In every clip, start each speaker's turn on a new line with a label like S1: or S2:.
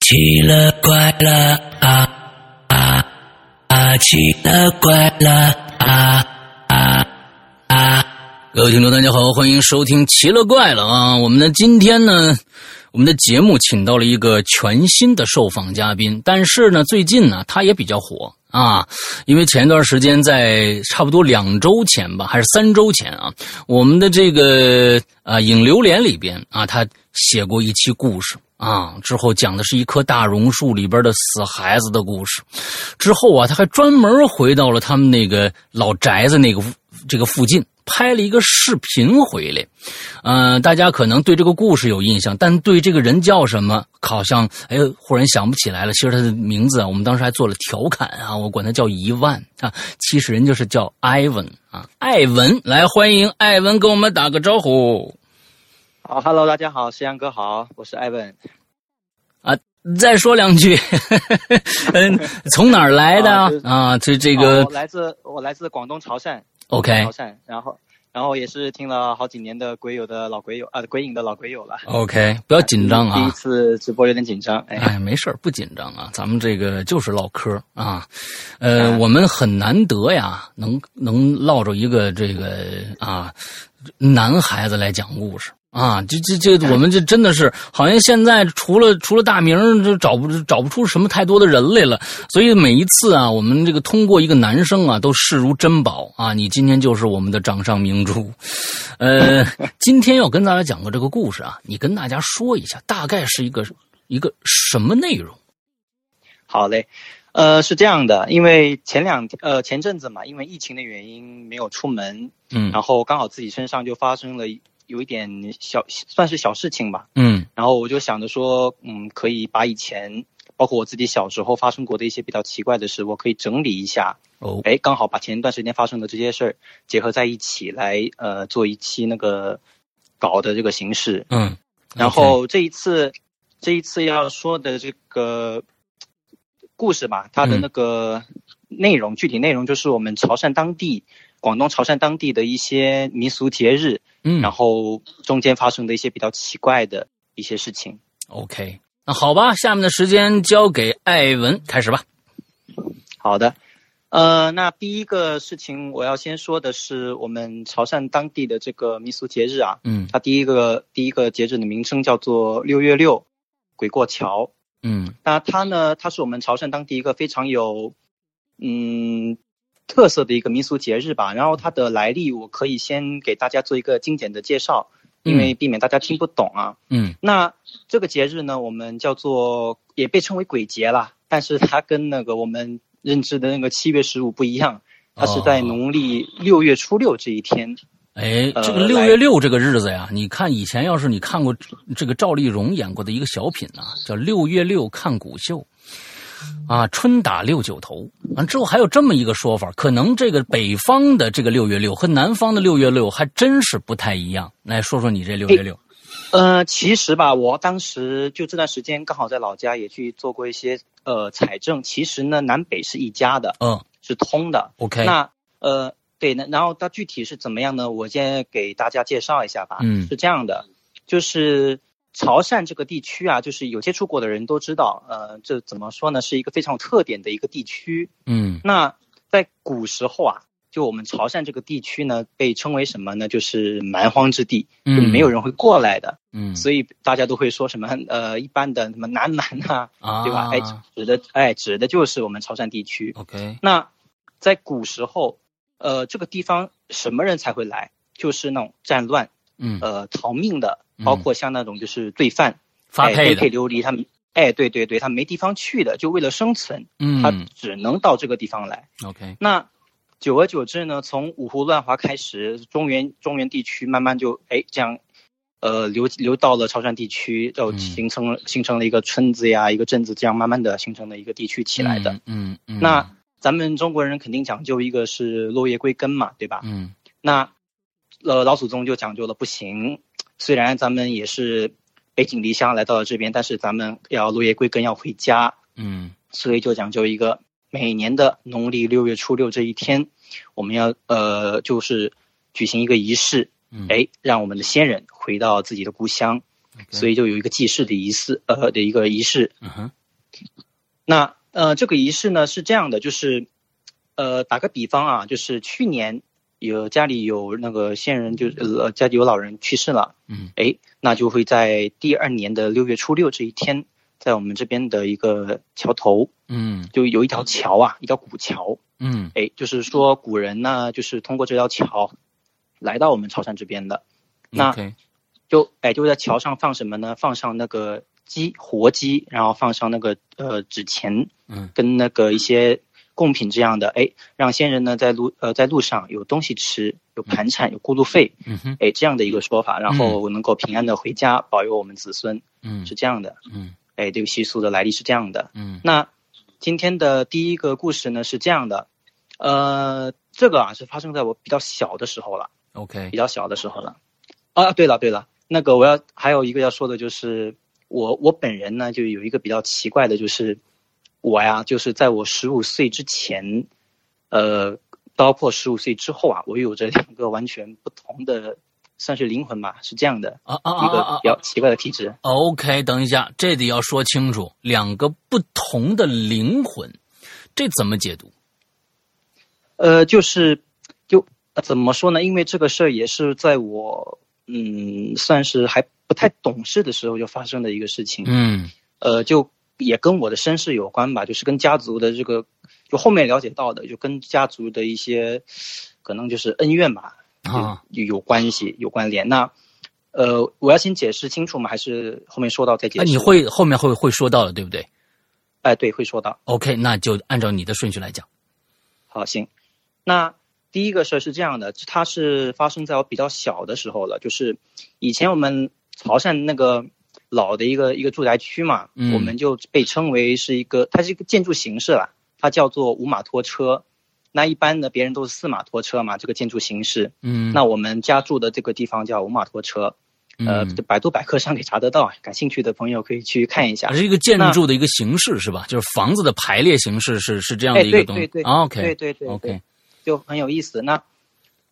S1: 奇了怪了啊啊啊！奇了怪了啊啊啊！
S2: 各位听众，大家好，欢迎收听《奇了怪了》啊！我们呢，今天呢，我们的节目请到了一个全新的受访嘉宾，但是呢，最近呢，他也比较火啊，因为前一段时间在差不多两周前吧，还是三周前啊，我们的这个啊《影流连》里边啊，他写过一期故事。啊，之后讲的是一棵大榕树里边的死孩子的故事。之后啊，他还专门回到了他们那个老宅子那个这个附近，拍了一个视频回来。呃，大家可能对这个故事有印象，但对这个人叫什么，好像哎，忽然想不起来了。其实他的名字啊，我们当时还做了调侃啊，我管他叫一万啊，其实人就是叫艾文啊，艾文。来，欢迎艾文跟我们打个招呼。
S3: 好，Hello，大家好，石阳哥好，我是艾文。
S2: 再说两句，嗯，从哪儿来的啊？啊，这这个、
S3: 哦我来自我来自广东潮汕，
S2: OK
S3: 潮汕，然后然后也是听了好几年的鬼友的老鬼友啊，鬼影的老鬼友了。
S2: OK，不要紧张
S3: 第一
S2: 啊。
S3: 次直播有点紧张，哎，
S2: 哎，没事儿，不紧张啊，咱们这个就是唠嗑啊，呃，
S3: 哎
S2: 我们很难得呀，能能唠着一个这个啊男孩子来讲故事啊，这这
S3: 哎
S2: 这，我们这真的是好像现在除了除了大名儿，就找不找不出什么太多的人来了，所以每一次啊，我们这个通过一个男生啊，都视如珍宝啊，你今天就是我们的掌上明珠。呃，今天要跟大家讲个这个故事啊，你跟大家说一下，大概是一个一个什么内容？
S3: 好嘞。呃，是这样的，因为前两天呃前阵子嘛，因为疫情的原因没有出门，
S2: 嗯
S3: 然后刚好自己身上就发生了一有一点小算是小事情吧，
S2: 嗯
S3: 然后我就想着说，嗯，可以把以前包括我自己小时候发生过的一些比较奇怪的事，我可以整理一下，
S2: 哦
S3: 哎，刚好把前一段时间发生的这些事儿结合在一起来，呃，做一期那个稿的这个形式。
S2: 嗯，
S3: 然后这一次，这一次要说的这个故事吧，它的
S2: 嗯
S3: 那个内容，具体内容就是我们潮汕当地、广东潮汕当地的一些民俗节日，
S2: 嗯
S3: 然后中间发生的一些比较奇怪的一些事情。
S2: OK，那好吧，下面的时间交给艾文开始吧。
S3: 好的，呃，那第一个事情我要先说的是我们潮汕当地的这个民俗节日啊，
S2: 嗯
S3: 它第一个第一个节日的名称叫做六月六，鬼过桥。
S2: 嗯
S3: 那它呢，它是我们潮汕当地一个非常有嗯特色的一个民俗节日吧。然后它的来历，我可以先给大家做一个精简的介绍，因为避免大家听不懂啊。
S2: 嗯
S3: 那这个节日呢，我们叫做也被称为鬼节啦，但是它跟那个我们认知的那个七月十五不一样，它是在
S2: 哦
S3: 农历六月初六这一天。
S2: 哎，
S3: 呃
S2: 这个六月六这个日子呀，你看以前要是你看过这个赵丽蓉演过的一个小品啊，叫《六月六看古秀》，啊，春打六九头。完之后还有这么一个说法，可能这个北方的这个六月六和南方的六月六还真是不太一样。来说说你这六月六，
S3: 呃，其实吧，我当时就这段时间刚好在老家也去做过一些呃财政，其实呢南北是一家的，
S2: 嗯
S3: 是通的。
S2: ，OK，
S3: 那呃，对，那然后它具体是怎么样呢？我先给大家介绍一下吧。
S2: 嗯
S3: 是这样的，就是潮汕这个地区啊，就是有接触过的人都知道，呃，这怎么说呢？是一个非常有特点的一个地区。
S2: 嗯
S3: 那在古时候啊，就我们潮汕这个地区呢，被称为什么呢？就是蛮荒之地，就
S2: 嗯，
S3: 没有人会过来的，
S2: 嗯，
S3: 所以大家都会说什么呃，一般的什么南蛮啊，
S2: 啊，
S3: 对吧？哎，指的哎指的就是我们潮汕地区。
S2: ，OK，
S3: 那在古时候，呃，这个地方什么人才会来？就是那种战乱、
S2: 嗯，
S3: 呃逃命的
S2: 嗯，
S3: 包括像那种就是罪犯、
S2: 发
S3: 哎颠
S2: 配
S3: 沛
S2: 的，
S3: 流离，他们哎，对对对，他没地方去的，就为了生存，他
S2: 嗯
S3: 只能到这个地方来。
S2: ，OK，
S3: 那久而久之呢，从五胡乱华开始，中原中原地区慢慢就哎这样。呃，流流到了潮汕地区，就
S2: 嗯
S3: 形成了形成了一个村子呀，一个镇子，这样慢慢的形成了一个地区起来的。
S2: 嗯，嗯嗯，
S3: 那咱们中国人肯定讲究一个是落叶归根嘛，对吧？
S2: 嗯
S3: 那呃，老祖宗就讲究了，不行，虽然咱们也是背井离乡来到了这边，但是咱们要落叶归根，要回家，
S2: 嗯
S3: 所以就讲究一个每年的农历六月初六这一天，我们要呃就是举行一个仪式，哎
S2: 嗯，
S3: 哎，让我们的先人回到自己的故乡。所以就有一个祭祀的仪式，呃的一个仪式。
S2: 嗯哼，
S3: 那呃，这个仪式呢是这样的，就是呃，打个比方啊，就是去年有家里有那个先人就，是呃家里有老人去世了，
S2: 嗯，
S3: 哎，那就会在第二年的六月初六这一天，在我们这边的一个桥头，
S2: 嗯
S3: 就有一条桥啊，一条古桥，
S2: 嗯
S3: 哎，就是说古人呢，就是通过这条桥来到我们潮汕这边的，那
S2: OK
S3: 就哎就在桥上放什么呢？放上那个鸡，活鸡，然后放上那个呃纸钱，
S2: 嗯，
S3: 跟那个一些贡品这样的，哎，让先人呢在路呃在路上有东西吃，有盘缠，有过路费，
S2: 嗯哼
S3: 哎，这样的一个说法，然后能够平安的回家，保佑我们子孙，
S2: 嗯
S3: 是这样的，
S2: 嗯
S3: 哎，这个习俗的来历是这样的。
S2: 嗯
S3: 那今天的第一个故事呢是这样的，呃，这个啊是发生在我比较小的时候了。
S2: OK
S3: 比较小的时候了。啊，对了对了，那个我要还有一个要说的就是，我我本人呢就有一个比较奇怪的，就是我呀，就是在我十五岁之前，呃，包括十五岁之后啊，我有着两个完全不同的，算是灵魂吧，是这样的
S2: 啊啊
S3: 一
S2: 啊啊
S3: 个
S2: 啊
S3: 比较奇怪的体质。
S2: OK，等一下，这得要说清楚，两个不同的灵魂，这怎么解读？
S3: 呃，就是就、呃怎么说呢？因为这个事儿也是在我嗯，算是还不太懂事的时候就发生的一个事情。
S2: 嗯
S3: 呃，就也跟我的身世有关吧，就是跟家族的这个，就后面了解到的，就跟家族的一些可能就是恩怨吧，
S2: 啊
S3: 有有关系有关联。那呃，我要先解释清楚吗？还是后面说到再解
S2: 那
S3: 释？
S2: 啊你会后面会会说到的，对不对
S3: 哎，对，会说到。
S2: ？OK，那就按照你的顺序来讲。
S3: 好，行。那第一个事儿是这样的，它是发生在我比较小的时候了，就是以前我们潮汕那个老的一个一个住宅区嘛，
S2: 嗯
S3: 我们就被称为是一个，它是一个建筑形式啦，它叫做五马拖车。那一般的别人都是四马拖车嘛，这个建筑形式。
S2: 嗯，
S3: 那我们家住的这个地方叫五马拖车，呃
S2: 嗯，
S3: 百度百科上可以查得到，感兴趣的朋友可以去看一下
S2: 它。是一个建筑的一个形式是吧？就是房子的排列形式是是这样的一个
S3: 哎对
S2: 东西。
S3: 对对
S2: 啊 OK
S3: 对对对
S2: OK，
S3: 就很有意思。那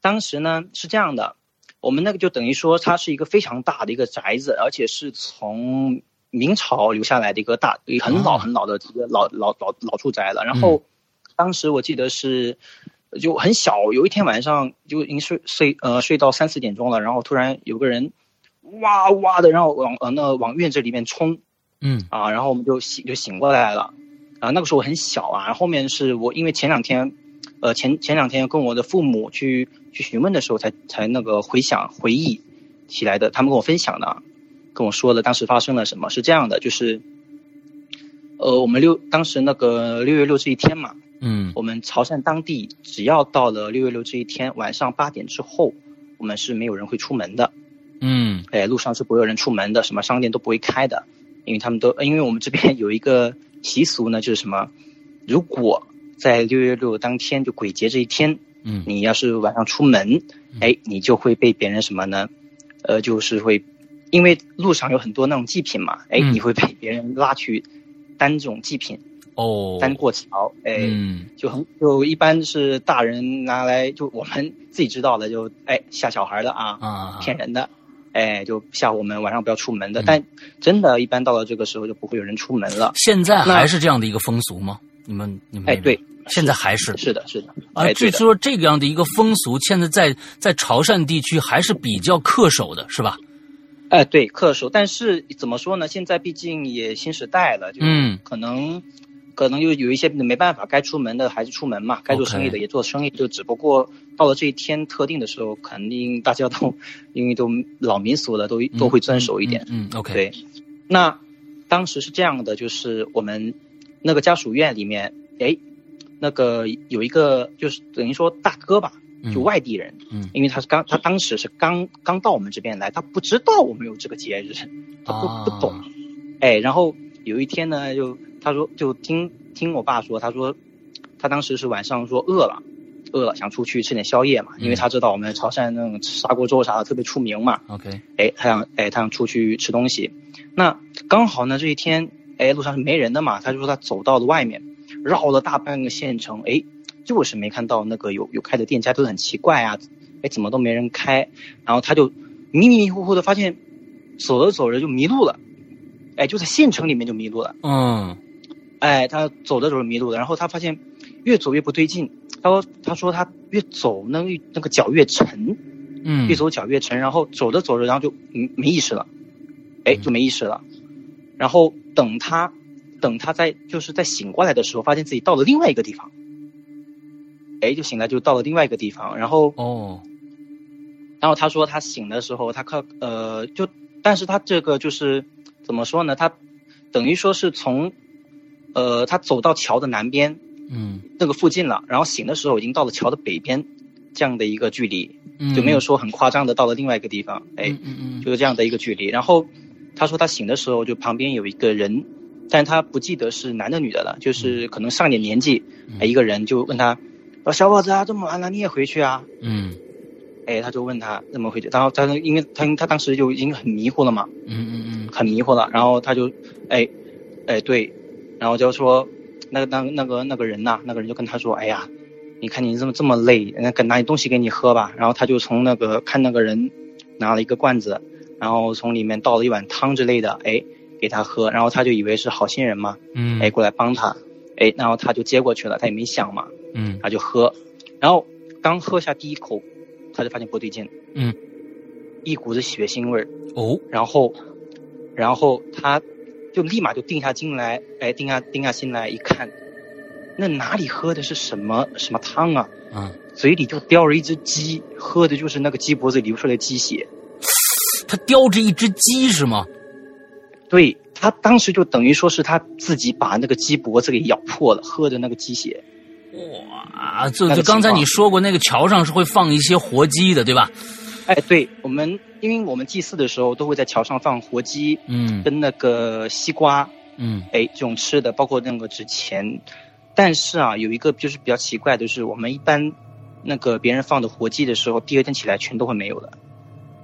S3: 当时呢是这样的，我们那个就等于说它是一个非常大的一个宅子，而且是从明朝留下来的一个大很
S2: 哦
S3: 老很老的一个老老老老住宅了。然后当时我记得是。就很小，有一天晚上就已经睡睡呃睡到三四点钟了，然后突然有个人哇哇的，然后往呃那往院子里面冲，
S2: 嗯
S3: 啊，然后我们就醒就醒过来了，啊，那个时候我很小啊，后面是我因为前两天，呃前前两天跟我的父母去去询问的时候才才那个回想回忆起来的，他们跟我分享的啊，跟我说的当时发生了什么，是这样的，就是，呃，我们六当时那个六月六这一天嘛，
S2: 嗯
S3: 我们潮汕当地只要到了六月六这一天晚上八点之后，我们是没有人会出门的，
S2: 嗯
S3: 哎，路上是不会有人出门的，什么商店都不会开的，因为他们都，呃因为我们这边 有一个习俗呢，就是什么，如果在六月六当天就鬼节这一天，
S2: 嗯
S3: 你要是晚上出门，哎，你就会被别人什么呢？呃，就是会，因为路上有很多那种祭品嘛，哎，
S2: 嗯
S3: 你会被别人拉去担这种祭品，
S2: 哦
S3: 担过桥，哎，
S2: 嗯
S3: 就很就一般是大人拿来，就我们自己知道的，就哎吓小孩的啊，
S2: 啊
S3: 骗人的，哎，就吓我们晚上不要出门的。
S2: 嗯
S3: 但真的，一般到了这个时候就不会有人出门了。
S2: 现在还是这样的一个风俗吗？你们你们那
S3: 哎，
S2: 边
S3: 对，
S2: 现在还是
S3: 是的，是的，
S2: 啊
S3: 哎，，
S2: 据
S3: 对的，
S2: 说这个样的一个风俗，现在在在潮汕地区还是比较恪守的，是吧？
S3: 哎，对，恪守。但是怎么说呢？现在毕竟也新时代了，就
S2: 嗯
S3: 可能。可能就有一些没办法，该出门的还是出门嘛，该做生意的也做生意，就只不过到了这一天特定的时候，肯定大家都因为都老民俗了，都都会遵守一点。
S2: 嗯嗯嗯，OK，
S3: 对，那当时是这样的，就是我们那个家属院里面，哎，那个有一个就是等于说大哥吧，
S2: 嗯
S3: 就外地人，
S2: 嗯
S3: 因为他是刚他当时是刚刚到我们这边来，他不知道我们有这个节日，他不、
S2: 啊
S3: 不懂，哎，然后有一天呢，就他说就听听我爸说，他说他当时是晚上说饿了。饿了，想出去吃点宵夜嘛，因为
S2: 嗯
S3: 他知道我们潮汕那种砂锅粥啥的特别出名嘛，
S2: OK，
S3: 哎，他想哎，他想出去吃东西。那刚好呢，这一天哎，路上是没人的嘛，他就说他走到了外面，绕了大半个县城，哎，就是没看到那个有有开的店家，都很奇怪啊，哎，怎么都没人开。然后他就迷迷糊糊的发现，走着走着就迷路了，哎，就在县城里面就迷路了，
S2: 嗯
S3: 哎，他走着走着迷路了，然后他发现越走越不对劲，他说他说他越走那个那个脚越沉，
S2: 嗯
S3: 越走脚越沉，然后走着走着，然后就嗯没意识了，哎，就没意识了。然后等他，等他在就是在醒过来的时候，发现自己到了另外一个地方，哎，就醒来就到了另外一个地方。然后，
S2: 哦，
S3: 然后他说他醒的时候，他靠呃就，但是他这个就是怎么说呢？他等于说是从呃他走到桥的南边
S2: 嗯
S3: 那个附近了，然后醒的时候已经到了桥的北边这样的一个距离，
S2: 嗯
S3: 就没有说很夸张的到了另外一个地方，哎。
S2: 嗯嗯嗯
S3: 就是这样的一个距离。然后他说他醒的时候，就旁边有一个人，但他不记得是男的女的了，就是可能上点年纪，
S2: 嗯
S3: 哎，一个人就问他，啊，小伙子啊，这么晚了你也回去啊？
S2: 嗯
S3: 哎，他就问他怎么回去，然后他因为他他当时就已经很迷糊了嘛，
S2: 嗯嗯嗯
S3: 很迷糊了，然后他就，哎，哎对，然后就说，那个那个那个那个人呐、那个人就跟他说，哎呀，你看你这么这么累，那给拿点东西给你喝吧。然后他就从那个看那个人拿了一个罐子，然后从里面倒了一碗汤之类的，哎，给他喝。然后他就以为是好心人嘛，
S2: 嗯
S3: 哎，过来帮他，哎，然后他就接过去了，他也没想嘛，
S2: 嗯
S3: 他就喝，然后刚喝下第一口，他就发现不对劲，
S2: 嗯，
S3: 一股子血腥味儿。
S2: 哦
S3: 然后，然后他就立马就定下心来，哎，定下定下心来一看，那哪里喝的是什么什么汤啊？
S2: 啊，
S3: 嘴里就叼着一只鸡，喝的就是那个鸡脖子流出来的鸡血。
S2: 他叼着一只鸡是吗？
S3: 对他当时就等于说是他自己把那个鸡脖子给咬破了，喝的那个鸡血。
S2: 哇，就
S3: 那
S2: 就
S3: 个
S2: 刚才
S3: 情况
S2: 你说过那个桥上是会放一些活鸡的，对吧？
S3: 哎，对我们，因为我们祭祀的时候都会在桥上放活鸡
S2: 嗯
S3: 跟那个西瓜，
S2: 嗯
S3: 哎，这种吃的，包括那个纸钱。但是啊，有一个就是比较奇怪的是，我们一般那个别人放的活鸡的时候，第二天起来全都会没有的。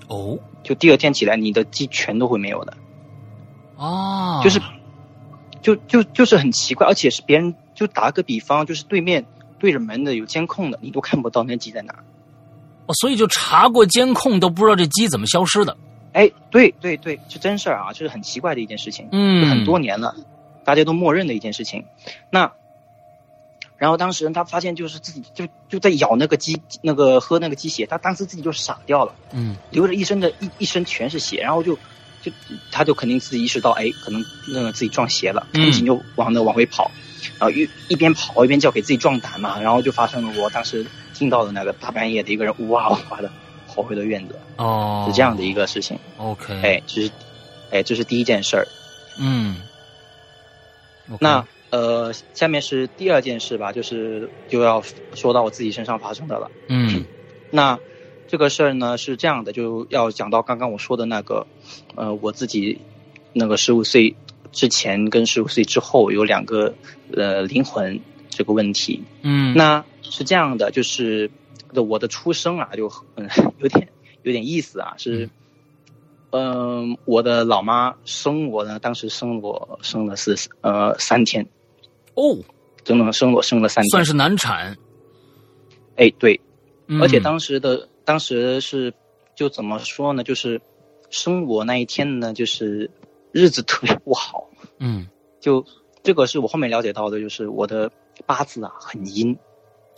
S2: 哦
S3: 就第二天起来，你的鸡全都会没有的，
S2: 啊，
S3: 就是，就就就是很奇怪，而且是别人就打个比方，就是对面对着门的有监控的，你都看不到那鸡在哪。
S2: 哦所以就查过监控都不知道这鸡怎么消失的。
S3: 哎，对对对，是真事儿啊，这是很奇怪的一件事情。
S2: 嗯，
S3: 很多年了，大家都默认的一件事情。那，然后当时他发现就是自己就就在咬那个鸡，那个喝那个鸡血，他当时自己就傻掉了，
S2: 嗯
S3: 流着一身的一一身全是血，然后就就他就肯定自己意识到，哎，可能那个自己撞邪了，
S2: 嗯
S3: 赶紧就往那往回跑，然后一一边跑一边叫给自己壮胆嘛，然后就发生了我当时听到的那个大半夜的一个人呜哇呜哇的跑回了院子，
S2: 哦，
S3: 是这样的一个事情。
S2: OK，，
S3: 哎，这是哎这是第一件事儿。
S2: 嗯，OK，
S3: 那呃，下面是第二件事吧，就是就要说到我自己身上发生的了。
S2: 嗯
S3: 那这个事儿呢是这样的，就要讲到刚刚我说的那个，呃，我自己那个十五岁之前跟十五岁之后有两个呃灵魂这个问题。
S2: 嗯，
S3: 那是这样的，就是我的出生啊，就嗯有点有点意思啊，是。嗯，我的老妈生我呢，当时生我生了是呃三天，
S2: 哦，
S3: 整整生我生了三
S2: 算
S3: 天。
S2: 是难产，
S3: 哎，对，
S2: 嗯
S3: 而且当时的、当时是就怎么说呢？就是生我那一天呢，就是日子特别不好。
S2: 嗯
S3: 就这个是我后面了解到的，就是我的八字啊很阴，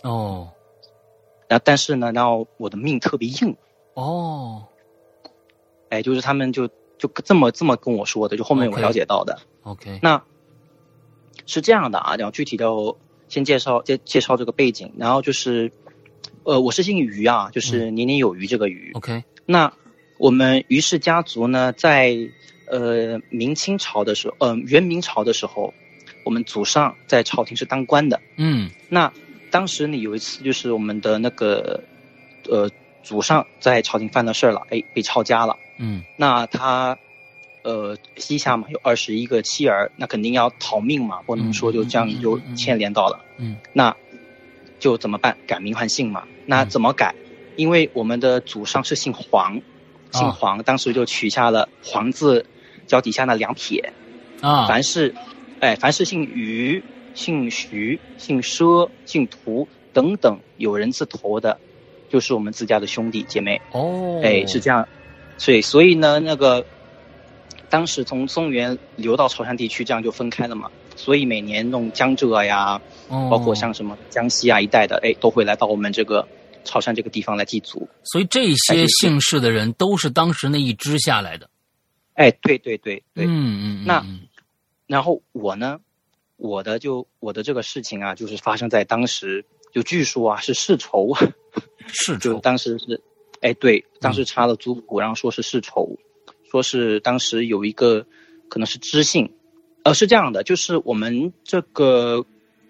S2: 哦
S3: 然后但是呢，然后我的命特别硬。
S2: 哦
S3: 哎，就是他们就就这么这么跟我说的，就后面我
S2: OK
S3: 了解到的。
S2: ，OK，
S3: 那是这样的啊，然后具体的我先介绍介介绍这个背景，然后就是，呃，我是姓于啊，就是
S2: 嗯
S3: 年年有余这个余。
S2: OK，
S3: 那我们于氏家族呢，在呃明清朝的时候，呃元明朝的时候，我们祖上在朝廷是当官的。
S2: 嗯
S3: 那当时呢，有一次就是我们的那个呃祖上在朝廷犯了事儿了，哎，被抄家了。
S2: 嗯
S3: 那他呃膝下嘛有二十一个妻儿，那肯定要逃命嘛，不能说就这样就牵连到了。
S2: 嗯
S3: 那就怎么办？改名换姓嘛。
S2: 嗯
S3: 那怎么改？因为我们的祖上是姓黄，
S2: 啊
S3: 姓黄，当时就取下了“黄”字脚底下那两撇。
S2: 啊，
S3: 凡是，哎，凡是姓于、姓徐、姓佘、姓涂等等有人字头的，就是我们自家的兄弟姐妹。
S2: 哦，
S3: 哎，是这样。所以，所以呢，那个当时从中原流到潮汕地区，这样就分开了嘛，所以每年弄江浙呀，
S2: 哦
S3: 包括像什么江西啊一带的，哎，都会来到我们这个潮汕这个地方来祭祖。
S2: 所以这些姓氏的人都是当时那一支下来的。
S3: 哎，对对对对。
S2: 嗯嗯嗯，
S3: 那
S2: 嗯
S3: 然后我呢，我的就我的这个事情啊，就是发生在当时，就据说啊是世仇，
S2: 嗯是
S3: 就
S2: 仇嗯
S3: 当时是，哎，对，当时查了族谱，然后说是世仇，说是当时有一个可能是知姓，呃，是这样的，就是我们这个，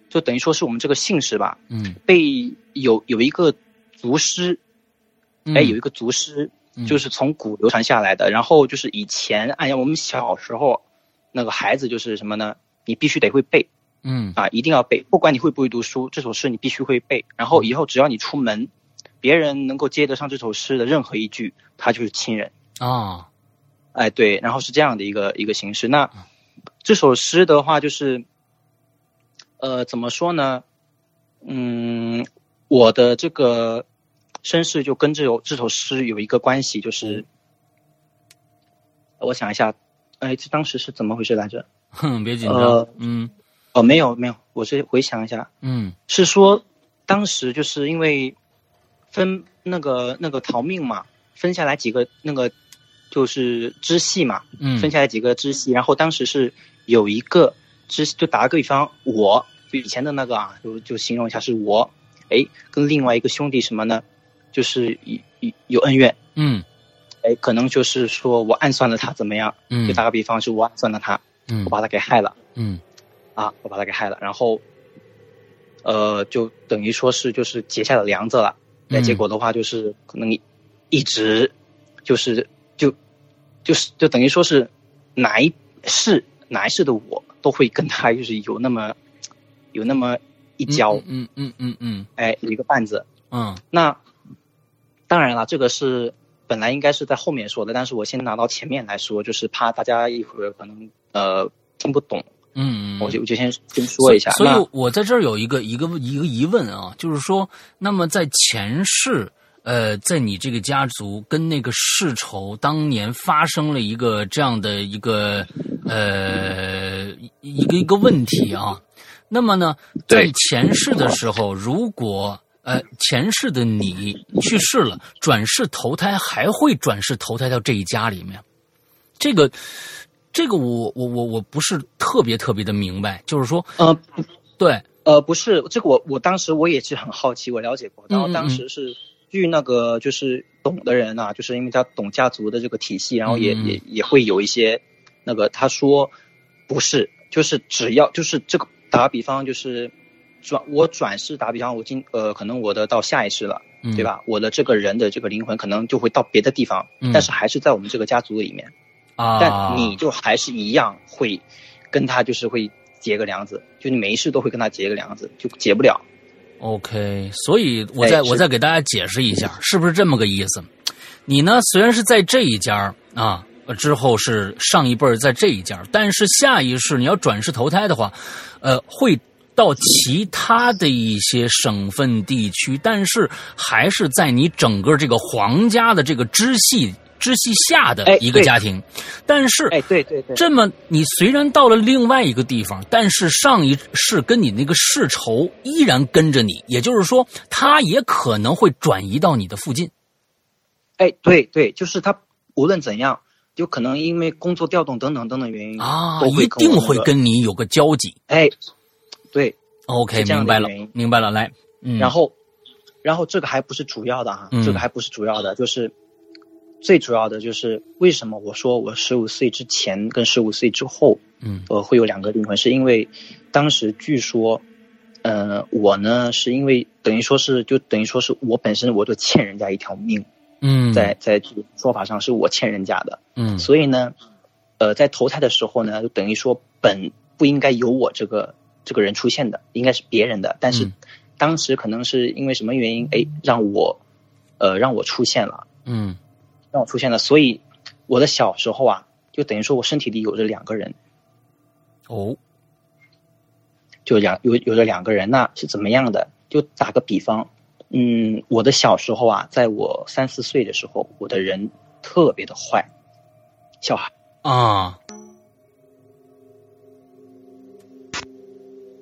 S3: 就等于说是我们这个姓氏吧，
S2: 嗯，
S3: 被有有一个族师，
S2: 嗯
S3: 哎，有一个族师，
S2: 嗯
S3: 就是从古流传下来的。然后就是以前，哎呀，我们小时候那个孩子就是什么呢？你必须得会背
S2: 嗯
S3: 啊，一定要背，不管你会不会读书，这首诗你必须会背。然后以后只要你出门，别人能够接得上这首诗的任何一句，他就是亲人。
S2: 啊
S3: 哎，对，然后是这样的一个一个形式。那这首诗的话，就是，呃，怎么说呢？嗯，我的这个身世就跟这首这首诗有一个关系，就是，呃我想一下，哎，这当时是怎么回事来着？
S2: 哼，别紧张，
S3: 呃
S2: 嗯
S3: 哦，没有没有，我是回想一下，
S2: 嗯
S3: 是说当时就是因为分那个那个逃命嘛，分下来几个那个就是支系嘛，
S2: 嗯，
S3: 分下来几个支系，然后当时是有一个支，就打个比方，我就以前的那个啊，就就形容一下是我，哎，跟另外一个兄弟什么呢，就是有有有恩怨，
S2: 嗯
S3: 哎，可能就是说我暗算了他怎么样，
S2: 嗯，
S3: 就打个比方，是我暗算了他，
S2: 嗯
S3: 我把他给害了
S2: 嗯
S3: 啊，我把他给害了，然后，呃，就等于说是就是结下了梁子了，哎，
S2: 嗯
S3: 结果的话就是可能一一直就是就就是就等于说是哪一世哪一世的我都会跟他就是有那么有那么一交，
S2: 嗯嗯嗯嗯
S3: 哎，有一个绊子。
S2: 嗯
S3: 那当然了，这个是本来应该是在后面说的，但是我先拿到前面来说，就是怕大家一会儿可能呃听不懂，
S2: 嗯，
S3: 我就我就先先说一下。
S2: 所以
S3: 那
S2: 所以我在这儿有一个一个一个疑问啊，就是说，那么在前世，呃，在你这个家族跟那个世仇当年发生了一个这样的一个呃一一个一个问题啊。那么呢，在
S3: 对
S2: 前世的时候，如果呃前世的你去世了，转世投胎还会转世投胎到这一家里面？这个，这个我我我我不是特别特别的明白，就是说，
S3: 呃
S2: 对，
S3: 呃，不是，这个我我当时我也是很好奇，我了解过，然后
S2: 嗯嗯
S3: 当时是据那个就是懂的人啊，就是因为他懂家族的这个体系，然后也、
S2: 嗯嗯
S3: 也也会有一些那个他说不是，就是只要就是这个打比方就是转我转世打比方我今呃可能我的到下一世了，
S2: 嗯
S3: 对？吧？我的这个人的这个灵魂可能就会到别的地方，
S2: 嗯
S3: 但是还是在我们这个家族里面，
S2: 啊，
S3: 但你就还是一样会跟他就是会结个梁子，就你每一世都会跟他结个梁子，就结不了。
S2: OK，所以我再、
S3: 哎是
S2: 我再给大家解释一下，是不是这么个意思？你呢，虽然是在这一家儿啊，呃之后是上一辈儿在这一家儿，但是下一世你要转世投胎的话，呃，会到其他的一些省份地区，但是还是在你整个这个皇家的这个支系支系下的
S3: 哎
S2: 一个
S3: 对
S2: 家庭，但是
S3: 哎，对对对，
S2: 这么，你虽然到了另外一个地方，但是上一世跟你那个世仇依然跟着你，也就是说，他也可能会转移到你的附近。
S3: 哎对对，就是他无论怎样，有可能因为工作调动等等等等原因
S2: 啊，
S3: 嗯都会
S2: 一
S3: 跟我
S2: 定
S3: 那
S2: 会
S3: 个
S2: 跟你有个交集。
S3: 哎，对，
S2: OK，
S3: 是这样
S2: 明白了
S3: 的原因，
S2: 明白了，来，嗯，
S3: 然后，然后这个还不是主要的啊，
S2: 嗯
S3: 这个还不是主要的，就是最主要的就是为什么我说我十五岁之前跟十五岁之后，
S2: 嗯
S3: 呃，会有两个灵魂，是因为当时据说，呃，我呢是因为等于说是就等于说是我本身我就欠人家一条命，
S2: 嗯，
S3: 在在这个说法上是我欠人家的，
S2: 嗯
S3: 所以呢，呃，在投胎的时候呢，就等于说本不应该有我这个这个人出现的，应该是别人的。但是
S2: 嗯
S3: 当时可能是因为什么原因，哎，让我，呃，让我出现了，
S2: 嗯
S3: 让我出现了。所以我的小时候啊，就等于说我身体里有着两个人，
S2: 哦
S3: 就两有有着两个人，那是怎么样的？就打个比方，嗯，我的小时候啊，在我三四岁的时候，我的人特别的坏，小孩
S2: 啊，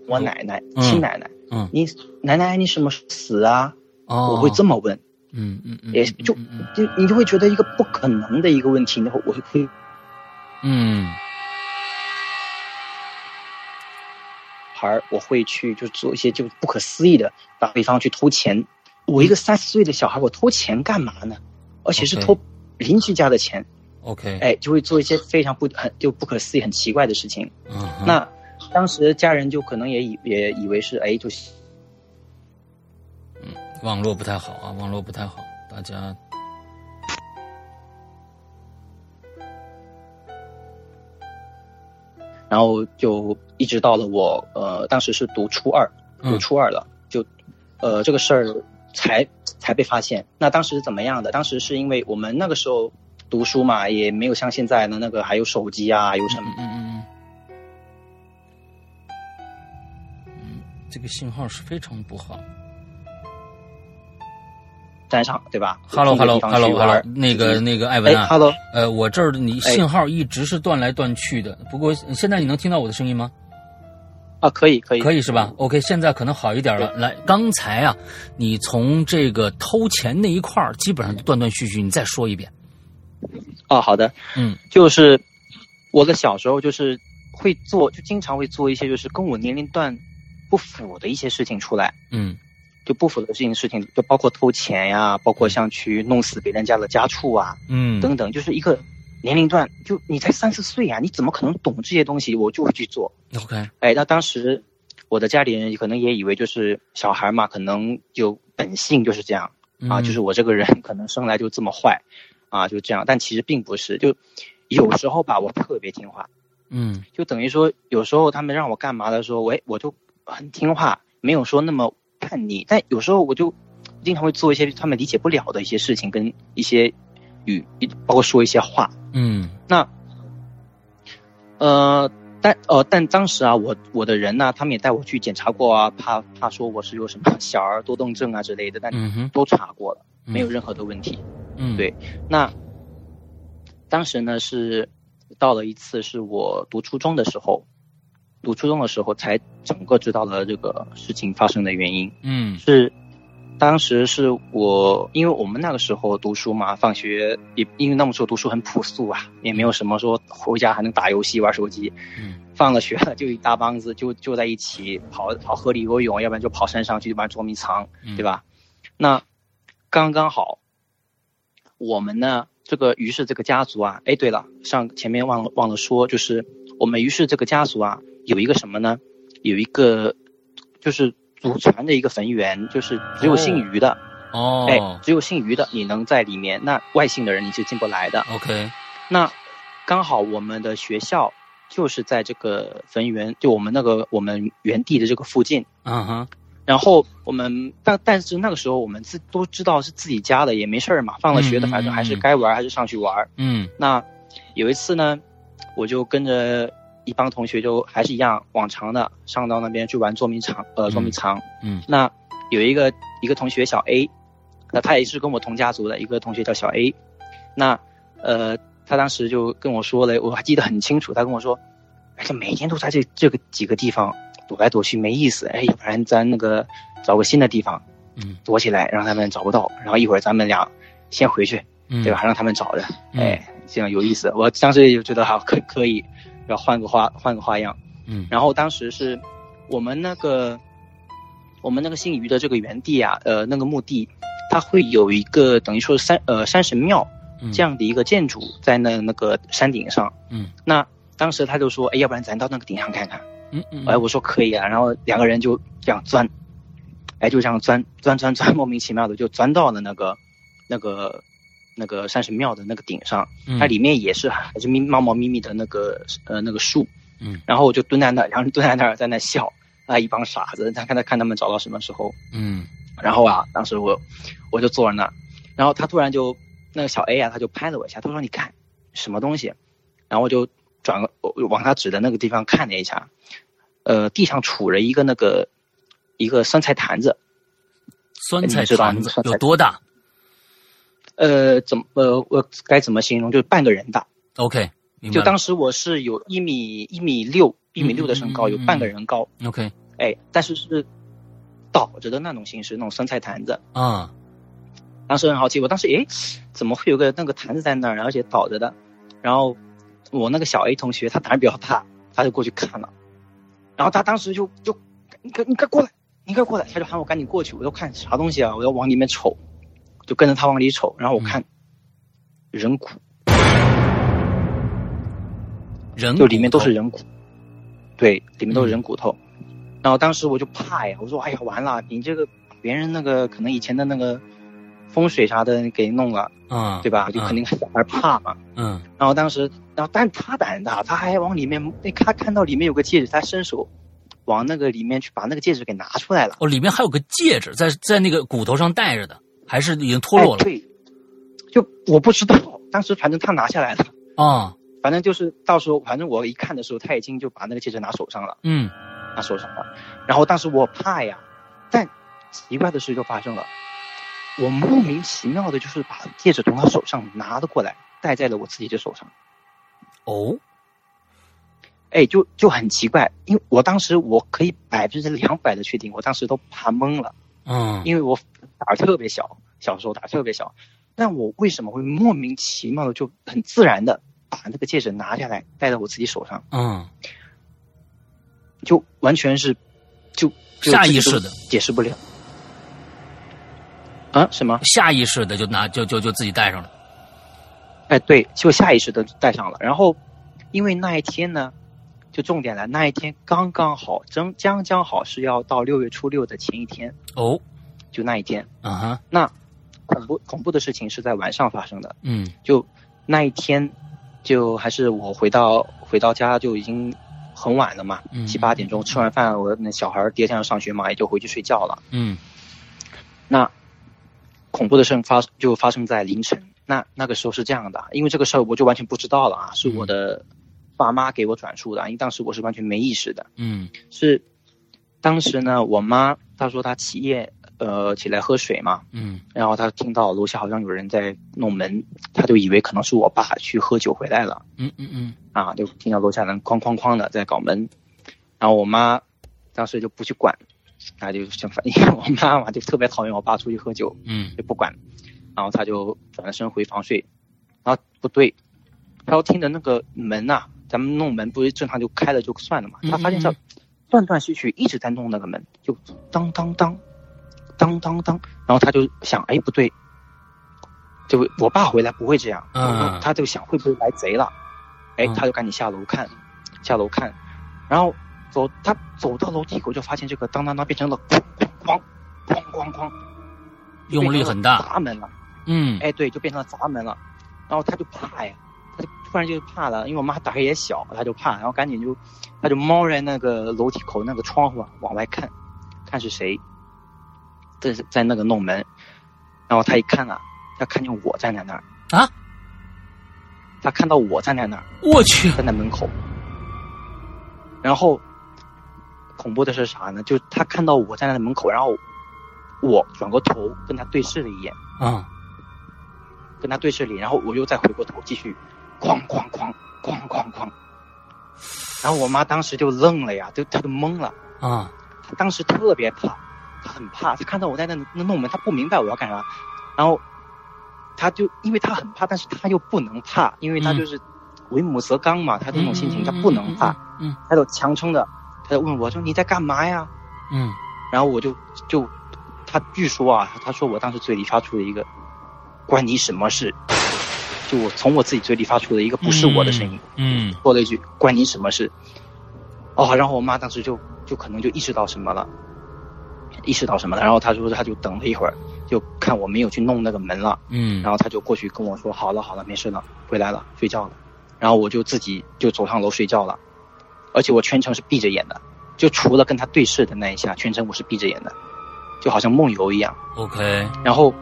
S3: 我奶奶、
S2: 嗯
S3: 亲奶奶，
S2: 嗯
S3: 你奶奶你什么时候死啊？
S2: 哦，
S3: 我会这么问，
S2: 嗯，嗯嗯，
S3: 也就
S2: 嗯嗯
S3: 就你就会觉得一个不可能的一个问题，然后我会
S2: 嗯
S3: 孩儿，我会去就做一些就不可思议的，打比方去偷钱。我一个三四岁的小孩，我偷钱干嘛呢？而且是
S2: OK
S3: 偷邻居家的钱，
S2: ，OK，
S3: 哎，就会做一些非常不很就不可思议、很奇怪的事情。
S2: 嗯哼，
S3: 那当时家人就可能也以也以为是哎，就是
S2: 嗯网络不太好啊，网络不太好，大家
S3: 然后就一直到了我呃，当时是读初二，
S2: 嗯
S3: 读初二了，就呃这个事儿才才被发现。那当时是怎么样的？当时是因为我们那个时候读书嘛，也没有像现在的那个还有手机啊，有什么
S2: 嗯嗯嗯嗯，嗯，这个信号是非常不好。
S3: 山上，对吧
S2: h e l l o h e l l o
S3: 有
S2: h e
S3: 空
S2: l l o h e l l
S3: 的地方去玩
S2: o 那个那个艾文
S3: 哎
S2: 啊，
S3: ，Hello，
S2: 呃，我这儿你
S3: 哎
S2: 信号一直是断来断去的，不过现在你能听到我的声音吗？
S3: 啊，可以，可以，
S2: 可以是吧？OK，现在可能好一点
S3: 哎
S2: 了。来，刚才啊，你从这个偷钱那一块儿基本上就断断续续，你再说一遍。
S3: 哦，好的，
S2: 嗯
S3: 就是我的小时候就是会做，就经常会做一些就是跟我年龄段不符的一些事情出来，
S2: 嗯
S3: 就不符的事情事情，就包括偷钱呀、包括像去弄死别人家的家畜啊，
S2: 嗯
S3: 等等，就是一个年龄段，就你才三四岁啊呀、你怎么可能懂这些东西？我就会去做。
S2: ，OK，
S3: 哎，那当时我的家里人可能也以为就是小孩嘛，可能就本性就是这样。
S2: 嗯
S3: 啊，就是我这个人可能生来就这么坏，啊，就这样。但其实并不是，就有时候吧，我特别听话，
S2: 嗯
S3: 就等于说有时候他们让我干嘛的时候，我也我就很听话，没有说那么叛逆。但有时候我就经常会做一些他们理解不了的一些事情，跟一些语，包括说一些话。
S2: 嗯
S3: 那，呃，但呃，但当时啊，我我的人呢、他们也带我去检查过啊，怕怕说我是有什么 小儿多动症啊之类的，但
S2: 嗯哼，
S3: 都查过了，
S2: 嗯
S3: 没有任何的问题。
S2: 嗯
S3: 对那当时呢是到了一次是我读初中的时候，读初中的时候才整个知道了这个事情发生的原因
S2: 嗯
S3: 是。当时是我，因为我们那个时候读书嘛，放学也因为那个时候读书很朴素啊，也没有什么说回家还能打游戏、玩手机。
S2: 嗯
S3: 放了学了就一大帮子就就在一起跑跑河里游泳，要不然就跑山上去玩捉迷藏。
S2: 嗯，
S3: 对？吧？那刚刚好，我们呢，这个于是这个家族啊，哎，对了，上前面忘了忘了说，就是我们于是这个家族啊，有一个什么呢？有一个就是祖传的一个坟园，就是只有姓于的，
S2: 哦
S3: 哎、只有姓于的你能在里面，那外姓的人你是进不来的。
S2: ，OK，
S3: 那刚好我们的学校就是在这个坟园，就我们那个我们原地的这个附近。
S2: 嗯哼，
S3: 然后我们但但是那个时候我们自都知道是自己家的，也没事儿嘛，放了学的
S2: 嗯嗯
S3: 反正还是
S2: 嗯
S3: 该玩儿还是上去玩儿。
S2: 嗯
S3: 那有一次呢，我就跟着一帮同学，就还是一样往常的上到那边去玩捉迷藏，呃，
S2: 嗯
S3: 捉迷藏。
S2: 嗯
S3: 那有一个一个同学小 A，那他也是跟我同家族的一个同学叫小 A，那呃，他当时就跟我说了，我还记得很清楚，他跟我说，哎，这每天都在这这个几个地方躲来躲去没意思，哎，要不然咱那个找个新的地方
S2: 嗯
S3: 躲起来，让他们找不到，然后一会儿咱们俩先回去，
S2: 嗯，
S3: 对吧？？让他们找着，
S2: 嗯
S3: 哎，这样有意思。我当时也就觉得好，可可以，然后换个花换个花样。
S2: 嗯
S3: 然后当时是我们那个我们那个姓于的这个园地啊，呃，那个墓地，它会有一个等于说是山呃山神庙
S2: 嗯
S3: 这样的一个建筑在那那个山顶上。
S2: 嗯，
S3: 那当时他就说，哎，要不然咱到那个顶上看看。
S2: 嗯嗯，
S3: 哎，我说可以啊，然后两个人就这样钻，哎，就这样钻钻钻钻，莫名其妙的就钻到了那个那个那个山神庙的那个顶上，
S2: 嗯
S3: 它里面也是还是密茂茂密密的那个呃那个树，
S2: 嗯，
S3: 然后我就蹲在那，然后蹲在那儿在那笑，啊，一帮傻子，他看他看他们找到什么时候，
S2: 嗯
S3: 然后啊，当时我我就坐在那儿，然后他突然就那个小 A 啊，他就拍了我一下，他说你看什么东西，然后我就转个我我往他指的那个地方看了一下，呃，地上杵着一个那个一个酸菜坛子，
S2: 酸菜坛子有多大
S3: 呃，怎么呃我该怎么形容？就是半个人大，
S2: ？OK，明白
S3: 就当时我是有一米一米六一米六的身高，
S2: 嗯嗯嗯
S3: 有半个人高，
S2: OK
S3: 哎，但是是倒着的那种形式，那种酸菜坛子。
S2: 啊，
S3: 当时很好奇，我当时诶，怎么会有个那个坛子在那儿，而且倒着的？然后我那个小 A 同学，他胆儿比较大，他就过去看了，然后他当时就就你快你快过来，你快过来，他就喊我赶紧过去，我要看啥东西啊，我要往里面瞅，就跟着他往里瞅，然
S2: 嗯
S3: 后我看、人骨，
S2: 人
S3: 就里面都是
S2: 骨嗯
S3: 人骨，对，里面都是人骨头。然后当时我就怕呀，我说哎呀完了，你这个把别人那个可能以前的那个风水啥的给弄了，
S2: 头啊，
S3: 对吧？就肯定小孩怕嘛。
S2: 嗯
S3: 然后当时，然后但他胆大，他还往里面，那他看到里面有个戒指，他伸手往那个里面去把那个戒指给拿出来了。
S2: 哦，里面还有个戒指在在那个骨头上戴着的，还是已经脱落
S3: 哎
S2: 了
S3: 对，就我不知道，当时反正他拿下来了，
S2: 啊？
S3: 反正就是到时候，反正我一看的时候，他已经就把那个戒指拿手上了，
S2: 嗯
S3: 拿手上了。然后当时我怕呀，但奇怪的事就发生了，我莫名其妙的就是把戒指从他手上拿了过来，戴在了我自己的手上。
S2: 哦
S3: 哎，就就很奇怪，因为我当时我可以百分之两百的确定，我当时都怕懵了，
S2: 嗯
S3: 因为我胆儿特别小，小时候胆儿特别小，但我为什么会莫名其妙的就很自然的把那个戒指拿下来戴在我自己手上，
S2: 嗯
S3: 就完全是就就
S2: 下意识的
S3: 这个都解释不了啊？什么？
S2: 下意识的就拿就就就自己戴上了。
S3: 哎，对，就下意识的戴上了。然后，因为那一天呢，就重点来，那一天刚刚好，将将将好是要到六月初六的前一天。
S2: 哦
S3: 就那一天。
S2: 啊哈
S3: 那恐怖恐怖的事情是在晚上发生的，
S2: 嗯
S3: 就那一天，就还是我回到回到家就已经很晚了嘛，
S2: 嗯
S3: 七八点钟吃完饭，我那小孩儿第二天要上学嘛，也就回去睡觉了。
S2: 嗯
S3: 那恐怖的事情发就发生在凌晨。那那个时候是这样的，因为这个事儿我就完全不知道了啊，是我的爸妈给我转述的，因为当时我是完全没意识的。
S2: 嗯
S3: 是当时呢，我妈她说她起夜呃起来喝水嘛，
S2: 嗯
S3: 然后他听到楼下好像有人在弄门，他就以为可能是我爸去喝酒回来了
S2: 嗯嗯嗯
S3: 啊，就听到楼下人哐哐哐的在搞门，然后我妈当时就不去管，她就想反应，我妈妈就特别讨厌我爸出去喝酒，
S2: 嗯
S3: 就不管，然后她就转身回房睡，然后不对，她要听着那个门呐、咱们弄门不是正常就开了就算了嘛，
S2: 嗯
S3: 她发现这
S2: 嗯
S3: 断断续续一直在弄那个门，就当当当，当当当，然后他就想，哎，不对，就我爸回来不会这样，
S2: 嗯
S3: 他就想会不会来贼了，哎
S2: 嗯，
S3: 他就赶紧下楼看，下楼看，然后走，他走到楼梯口就发现这个当当当变成了哐哐哐哐哐哐，就
S2: 用力很大
S3: 变成了砸门了，
S2: 嗯
S3: 哎，对，就变成了砸门了，然后他就怕呀，他就突然就怕了，因为我妈胆儿也小，他就怕，然后赶紧就，他就猫在那个楼梯口那个窗户啊往外看，看是谁，在在那个弄门，然后他一看啊，他看见我站在那儿
S2: 啊，
S3: 他看到我站在那儿，
S2: 我去
S3: 站在门口，然后恐怖的是啥呢？就是他看到我站在门口，然后我转过头跟他对视了一眼。
S2: 啊
S3: 跟他对视里，然后我又再回过头继续，哐哐哐哐哐哐，然后我妈当时就愣了呀，就她就懵了，
S2: 啊
S3: 她当时特别怕，她很怕，她看到我在那那弄门，她不明白我要干啥，然后她就因为她很怕，但是她又不能怕，因为她就是为母则刚嘛，她这种心情她不能怕，
S2: 嗯嗯
S3: 她就强撑着，她就问我说你在干嘛呀？
S2: 嗯
S3: 然后我就就，他据说啊，他说我当时嘴里发出了一个“关你什么事”，就我从我自己嘴里发出了一个不是我的声音，
S2: 嗯
S3: 说了一句“关你什么事”。哦，然后我妈当时就就可能就意识到什么了，意识到什么了，然后她说她就等了一会儿，就看我没有去弄那个门了，
S2: 嗯
S3: 然后她就过去跟我说：“好了好了，没事了，回来了，睡觉了。”然后我就自己就走上楼睡觉了，而且我全程是闭着眼的，就除了跟他对视的那一下，全程我是闭着眼的，就好像梦游一样。
S2: OK
S3: 然后，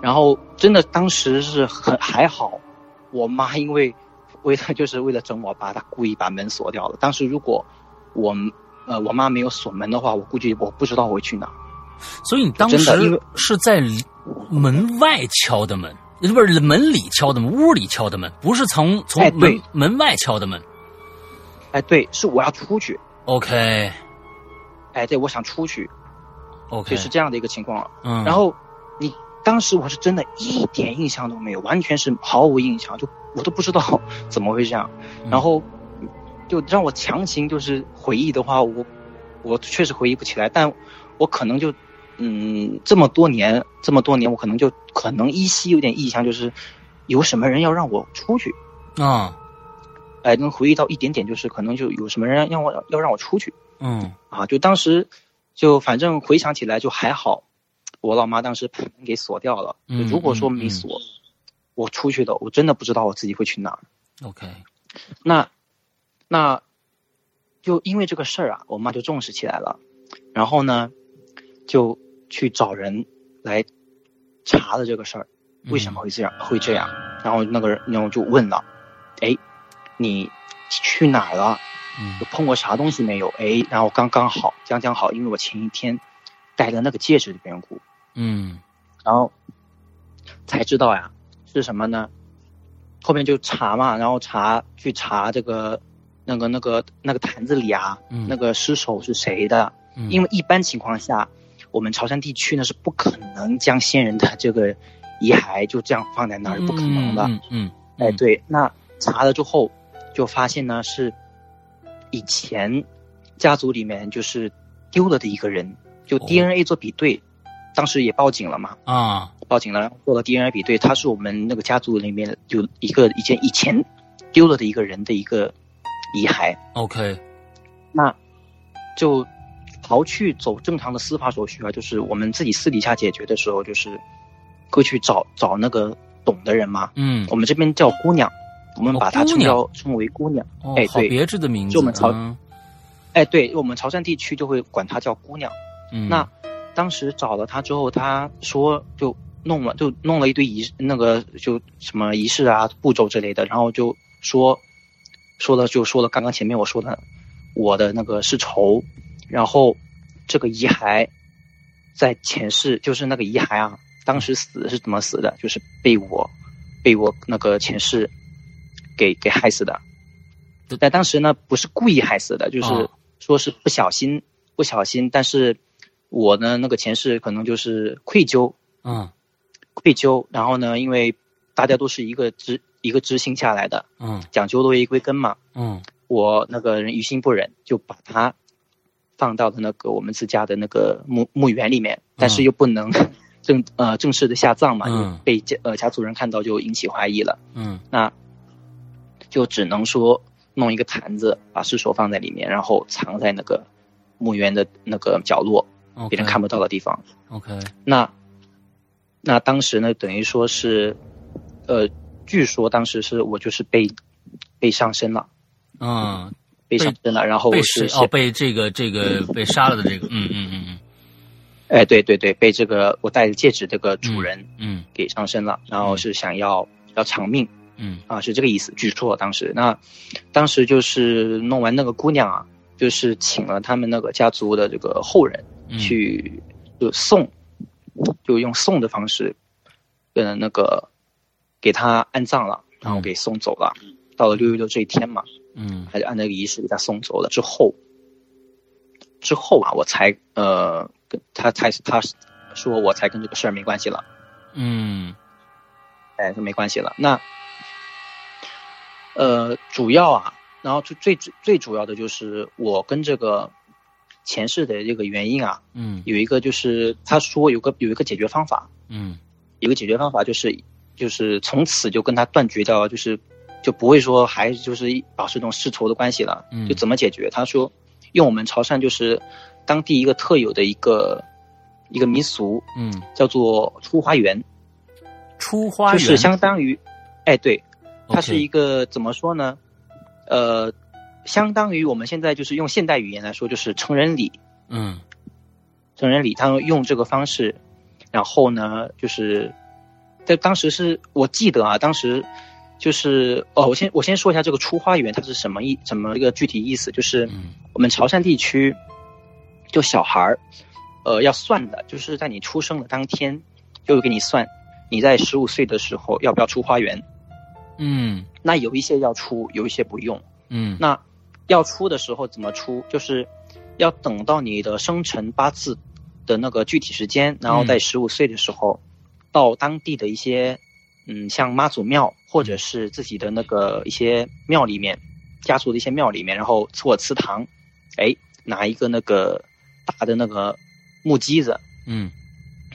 S3: 然后真的当时是很还好，我妈因为为了就是为了整我爸，她故意把门锁掉了。当时如果我呃我妈没有锁门的话，我估计我不知道我会去哪儿。
S2: 所以你当时
S3: 真的因为
S2: 是在门外敲的门，不是门里敲的门，屋里敲的门，不是从从
S3: 哎
S2: 门、
S3: 对
S2: 门外敲的门。
S3: 哎，对，是我要出去，
S2: OK
S3: 哎，对，我想出去，
S2: OK，
S3: 对，是这样的一个情况。
S2: 嗯，
S3: 然后你当时我是真的一点印象都没有，完全是毫无印象，就我都不知道怎么会这样。
S2: 嗯
S3: 然后就让我强行就是回忆的话，我我确实回忆不起来，但我可能就嗯这么多年这么多年，我可能就可能依稀有点印象，就是有什么人要让我出去，
S2: 啊
S3: 哎，能回忆到一点点，就是可能就有什么人让我要让我出去。
S2: 嗯
S3: 啊，就当时就反正回想起来就还好，我老妈当时把门给锁掉了。就
S2: 嗯
S3: 如果说
S2: 嗯
S3: 没
S2: 嗯
S3: 锁，我出去的，我真的不知道我自己会去哪儿。
S2: OK，
S3: 那那就因为这个事儿啊，我妈就重视起来了，然后呢，就去找人来查了这个事儿，
S2: 嗯
S3: 为什么会这样、会这样？然后那个人，然后就问了，哎，你去哪儿了？
S2: 嗯
S3: 就碰过啥东西没有？哎，然后刚刚好，刚刚好，因为我前一天戴的那个戒指的缘故，
S2: 嗯
S3: 然后才知道呀，是什么呢？后面就查嘛，然后查去查这个那个那个那个坛子里啊，
S2: 嗯
S3: 那个尸首是谁的？
S2: 嗯，
S3: 因
S2: 为
S3: 为一般情况下，我们潮汕地区呢是不可能将先人的这个遗骸就这样放在那儿，不可能的。
S2: 嗯嗯，嗯
S3: 哎，，对，那查了之后就发现呢是以前家族里面就是丢了的一个人，就
S2: 哦
S3: DNA 做比对，当时也报警了嘛，
S2: 啊
S3: 报警了，然后做了 DNA 比对，他是我们那个家族里面有一个以前以前丢了的一个人的一个遗骸，
S2: OK，
S3: 那就刨去走正常的司法手续啊，就是我们自己私底下解决的时候，就是会去找找那个懂的人嘛，
S2: 嗯，
S3: 我们这边叫姑娘，我们
S2: 哦
S3: 把她
S2: 姑
S3: 称
S2: 娘
S3: 叫称为姑娘。
S2: 哦
S3: 哎，
S2: 好
S3: 对
S2: 别致的名字，
S3: 就我们朝
S2: 嗯
S3: 哎，对我们潮汕地区就会管她叫姑娘。
S2: 嗯，
S3: 那当时找了她之后，她说就弄了就弄了一堆仪式那个就什么仪式啊步骤之类的，然后就说说了就说了刚刚前面我说的我的那个是仇，然后这个遗骸在前世就是那个遗骸啊，当时死是怎么死的？就是被我被我那个前世给给害死的。但当时呢，不是故意害死的，就是
S2: 哦
S3: 说是不小心，不小心。但是我呢，那个前世可能就是愧疚，
S2: 嗯
S3: 愧疚。然后呢，因为大家都是一个知一个知心下来的，
S2: 嗯
S3: 讲究落叶归根嘛。
S2: 嗯
S3: 我那个人于心不忍，就把它放到了那个我们自家的那个墓墓园里面，但是又不能 正呃正式的下葬嘛，
S2: 嗯
S3: 就被家呃家族人看到就引起怀疑了，
S2: 嗯
S3: 那就只能说弄一个坛子，把尸首放在里面，然后藏在那个墓园的那个角落，
S2: ，OK，
S3: 别人看不到的地方。
S2: OK，
S3: 那那当时呢，等于说是，呃，据说当时是我就是被被上身了，
S2: 嗯，
S3: 被上身了，然后
S2: 被
S3: 我
S2: 谁
S3: 是
S2: 哦？被这个这个被杀了的这个，嗯嗯嗯
S3: 哎，对对对，被这个我戴着戒指这个主人
S2: 嗯
S3: 给上身了，然后是想要要偿命
S2: 嗯嗯
S3: 啊，是这个意思。据说当时那，当时就是弄完那个姑娘啊，就是请了他们那个家族的这个后人
S2: 嗯，
S3: 去就送，就用送的方式，嗯，那个给他安葬了，然后给送走了。到了六一六这一天嘛，
S2: 嗯
S3: 还是按那个仪式给他送走了之后，之后啊，我才呃，跟他才他说我才跟这个事儿没关系了，
S2: 嗯
S3: 哎，说没关系了。那呃，主要啊，然后就最最最主要的就是我跟这个前世的这个原因啊，
S2: 嗯
S3: 有一个就是他说有个有一个解决方法，
S2: 嗯
S3: 有个解决方法就是就是从此就跟他断绝掉，就是就不会说还就是保持这种世仇的关系了。
S2: 嗯
S3: 就怎么解决？他说用我们潮汕就是当地一个特有的一个一个民俗，
S2: 嗯，
S3: 叫做出花园，
S2: 出花园
S3: 就是相当于，哎，对，它
S2: OK
S3: 是一个怎么说呢？呃，相当于我们现在就是用现代语言来说，就是成人礼，
S2: 嗯
S3: 成人礼，他们用这个方式，然后呢，就是在当时是我记得啊，当时就是哦，我先我先说一下这个出花园它是什么意什么一个具体意思，就是
S2: 嗯
S3: 我们潮汕地区就小孩儿，呃，要算的，就是在你出生的当天就会给你算你在十五岁的时候要不要出花园？
S2: 嗯
S3: 那有一些要出，有一些不用。
S2: 嗯
S3: 那要出的时候怎么出？就是要等到你的生辰八字的那个具体时间，然后在十五岁的时候，到当地的一些嗯，像妈祖庙或者是自己的那个一些庙里面，家族的一些庙里面，然后或祠堂，哎，拿一个那个大的那个木屐子，
S2: 嗯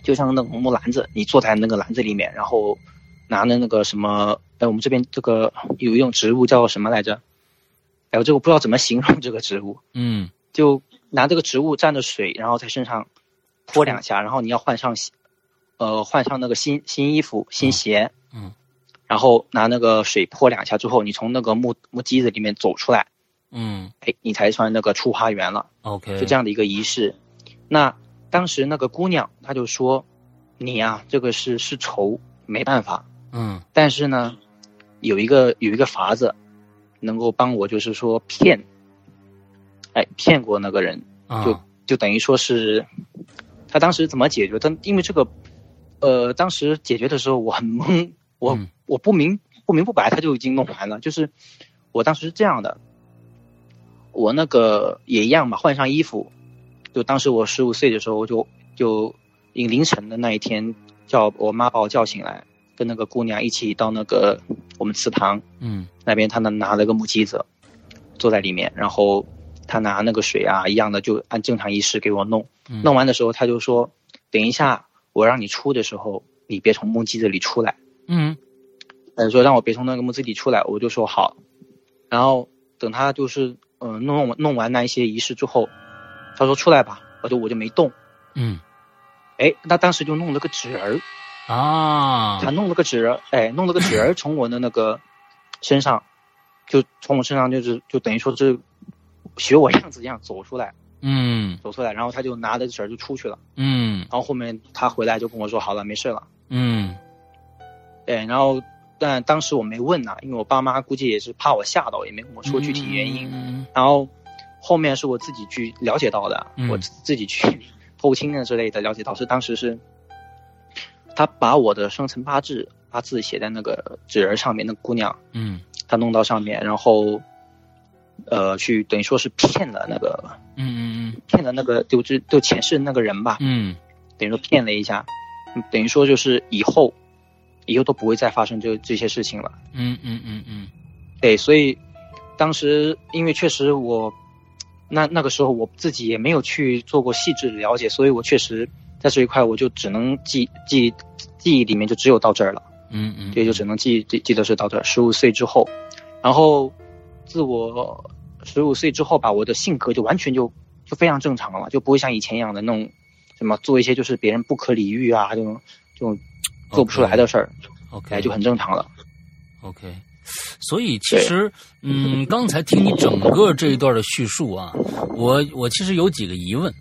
S3: 就像那种木篮子，你坐在那个篮子里面，然后拿着那个什么，哎，我们这边这个有一种植物叫什么来着？哎，我这个不知道怎么形容这个植物，
S2: 嗯
S3: 就拿这个植物蘸着水，然后在身上泼两下，然后你要换上新，呃，换上那个新新衣服、新鞋，
S2: 嗯嗯
S3: 然后拿那个水泼两下之后，你从那个木木屐子里面走出来，
S2: 嗯
S3: 哎，你才算那个出花园了。
S2: ，OK，
S3: 就这样的一个仪式。那当时那个姑娘她就说：“你呀、这个是是仇，没办法。
S2: 嗯
S3: 但是呢，有一个有一个法子，能够帮我，就是说骗，哎，骗过那个人，
S2: 啊
S3: 就就等于说是，他当时怎么解决？但因为这个，呃，当时解决的时候我很懵，我、
S2: 嗯
S3: 我不明不明不白，他就已经弄完了。就是我当时是这样的，我那个也一样嘛，换上衣服，就当时我十五岁的时候就就凌凌晨的那一天叫我妈把我叫醒来，跟那个姑娘一起到那个我们祠堂，
S2: 嗯
S3: 那边他呢拿了个木屐子，坐在里面，然后他拿那个水啊一样的就按正常仪式给我弄，
S2: 嗯
S3: 弄完的时候他就说，等一下我让你出的时候，你别从木屐子里出来，
S2: 嗯
S3: 嗯，说让我别从那个木屐里出来，我就说好，然后等他就是嗯、呃弄弄完那一些仪式之后，他说出来吧，我就我就没动，
S2: 嗯
S3: 哎，那当时就弄了个纸儿，
S2: 啊，
S3: 他弄了个纸儿，哎，弄了个纸儿从我的那个身上，就从我身上就是就等于说是学我样子一样走出来，
S2: 嗯
S3: 走出来，然后他就拿着纸儿就出去了，
S2: 嗯
S3: 然后后面他回来就跟我说好了，没事了，
S2: 嗯
S3: 哎，然后但当时我没问呐、因为我爸妈估计也是怕我吓到，也没跟我说具体原因，
S2: 嗯
S3: 然后后面是我自己去了解到的，
S2: 嗯
S3: 我自自己去偷听啊之类的了解到是当时是，他把我的生辰八字八字写在那个纸儿上面，那个姑娘
S2: 嗯
S3: 她弄到上面，然后，呃，去等于说是骗了那个
S2: 嗯嗯
S3: 骗了那个就是就前世那个人吧，
S2: 嗯
S3: 等于说骗了一下，嗯等于说就是以后以后都不会再发生这这些事情了。
S2: 嗯嗯嗯嗯
S3: 对，所以当时因为确实我那那个时候我自己也没有去做过细致的了解，所以我确实在这一块我就只能记记记忆里面就只有到这儿了，
S2: 嗯嗯，
S3: 也就只能记记记得是到这儿。十五岁之后，然后自我十五岁之后吧，我的性格就完全就就非常正常了，就不会像以前一样的那种什么做一些就是别人不可理喻啊这种这种做不出来的事儿，
S2: OK
S3: 哎就很正常了。
S2: OK，所以其实，嗯，刚才听你整个这一段的叙述啊，我我其实有几个疑问。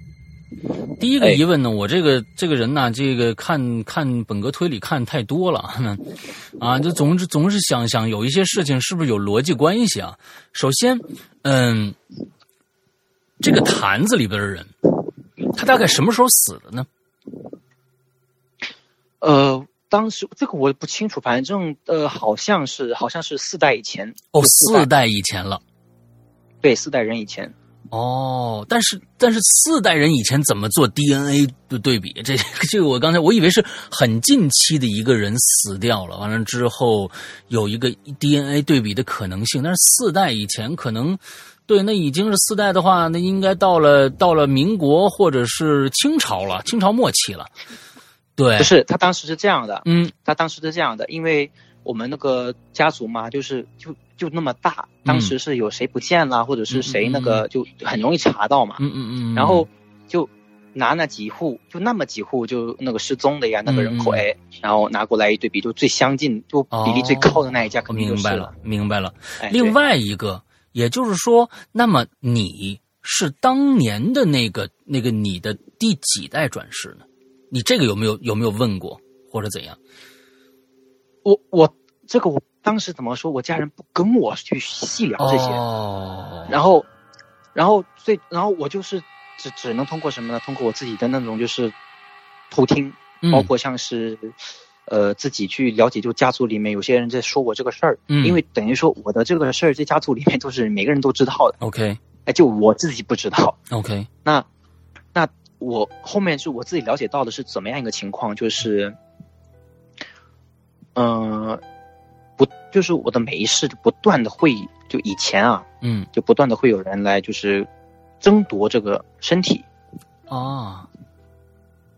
S2: 第一个
S3: 哎
S2: 疑问呢，我这个这个人呐，这个看看本格推理看太多了， 啊，就总是总是想想有一些事情是不是有逻辑关系啊？首先，嗯，这个坛子里边的人，他大概什么时候死的呢？
S3: 呃，当时这个我不清楚，反正呃，好像是好像是四代以前，
S2: 哦，
S3: 四代
S2: 四代以前了。
S3: 对，四代人以前，
S2: 哦，但是但是四代人以前怎么做 DNA 的对比？这 这个我刚才我以为是很近期的一个人死掉了，完了之后有一个 DNA 对比的可能性，但是四代以前可能。对，那已经是四代的话，那应该到了到了民国或者是清朝了，清朝末期了。对哎
S3: 不，是他当时是这样的，
S2: 嗯
S3: 他当时是这样的，因为我们那个家族嘛，就是就就那么大，当
S2: 嗯
S3: 时是有谁不见啦，或者是谁那个就很容易查到嘛，
S2: 嗯嗯嗯，
S3: 然后就拿那几户，就那么几户就那个失踪的呀，那个人口
S2: 嗯嗯
S3: 哎，然后拿过来一对比，就最相近，就比例最高的那一家
S2: 哦我
S3: 肯定就
S2: 明
S3: 是
S2: 白了，，明白了。
S3: 哎，对
S2: 另外一个，也就是说，那么你是当年的那个那个你的第几代转世呢？你这个有没有有没有问过或者怎样？
S3: 我我这个我当时怎么说，我家人不跟我去细聊啊这些。
S2: 哦，
S3: 然后，然后最，然后我就是只只能通过什么呢？通过我自己的那种就是偷听，
S2: 嗯
S3: 包括像是呃自己去了解，就家族里面有些人在说我这个事儿，
S2: 嗯
S3: 因为等于说我的这个事儿在家族里面都是每个人都知道的，
S2: ，OK
S3: 哎，就我自己不知道。
S2: OK，
S3: 那那我后面是我自己了解到的是怎么样一个情况，就是，嗯、不就是我的每一世就不断的会就以前啊，
S2: 嗯
S3: 就不断的会有人来就是争夺这个身体，
S2: 啊，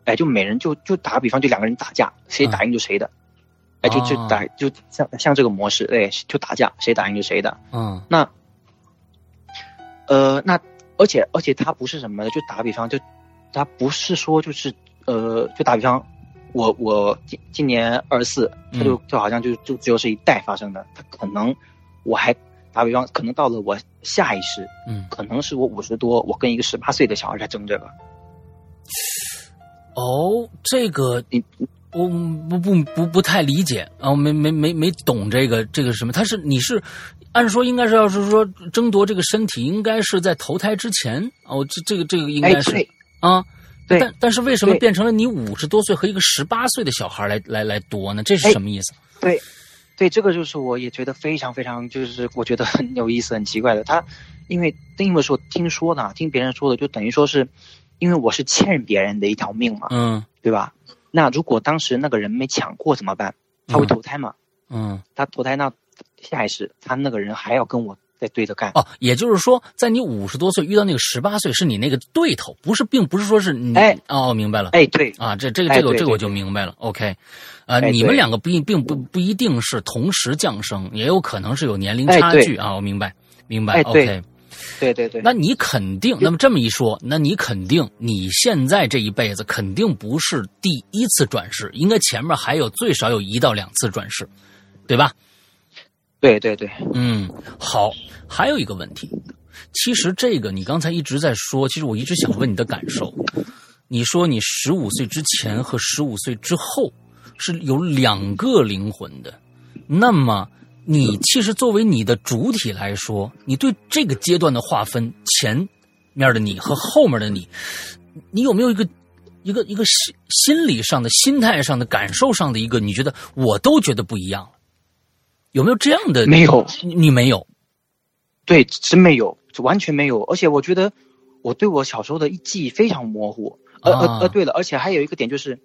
S3: 哎，就每人就就打个比方，就两个人打架，谁打赢就谁的，哎，就就
S2: 啊
S3: 打就像像这个模式，哎，就打架，谁打赢就谁的。
S2: 嗯
S3: 那，呃，那而且而且他不是什么的，就打个比方，就他不是说就是呃，就打比方，我我今今年二十四，他就就好像就就只有是一代发生的，他可能我还打比方，可能到了我下一世，
S2: 嗯，
S3: 可能是我五十多，我跟一个十八岁的小孩在争这个，
S2: 哦，这个
S3: 你
S2: 我不不不不太理解啊，我没没没没懂这个这个是什么？他是你是按说应该是要是说争夺这个身体，应该是在投胎之前哦，这这个这个应
S3: 哎，
S2: 该是、
S3: 对
S2: 啊。
S3: 对，
S2: 但但是为什么
S3: 对
S2: 变成了你五十多岁和一个十八岁的小孩来来来夺呢？这是
S3: 哎
S2: 什么意思？
S3: 对，对，这个就是我也觉得非常非常，就是我觉得很有意思、很奇怪的。他，因为因为说听说的啊，听别人说的，就等于说是，因为我是欠别人的一条命嘛，
S2: 嗯
S3: 对吧？那如果当时那个人没抢过怎么办？他
S2: 嗯
S3: 会投胎嘛？
S2: 嗯
S3: 他投胎那下一世，他那个人还要跟我再对着干。
S2: 哦，也就是说，在你五十多岁遇到那个十八岁是你那个对头，不是，并不是说是你
S3: 哎
S2: 哦，明白了。
S3: 哎，对，
S2: 啊，这这个
S3: 哎
S2: 这个
S3: 对
S2: 这个我
S3: 对
S2: 就明白了。OK，啊，
S3: 哎
S2: 你们
S3: 对
S2: 两个不一并不不一定是同时降生，也有可能是有年龄
S3: 哎
S2: 差
S3: 对
S2: 距啊。我明白，明白。
S3: 哎对
S2: OK，
S3: 对对对，
S2: 那你肯定，那么这么一说，那你肯定你现在这一辈子肯定不是第一次转世，应该前面还有最少有一到两次转世，对吧？
S3: 对对对，
S2: 嗯，好，还有一个问题，其实这个你刚才一直在说，其实我一直想问你的感受。你说你十五岁之前和十五岁之后是有两个灵魂的，那么你其实作为你的主体来说，你对这个阶段的划分，前面的你和后面的你，你有没有一个一个一个心心理上的、心态上的、感受上的一个，你觉得我都觉得不一样了，有没有这样的？
S3: 没有，
S2: 你你没有，
S3: 对，真没有，完全没有。而且我觉得我对我小时候的记忆非常模糊。呃
S2: 啊
S3: 呃呃，对了，而且还有一个点就是，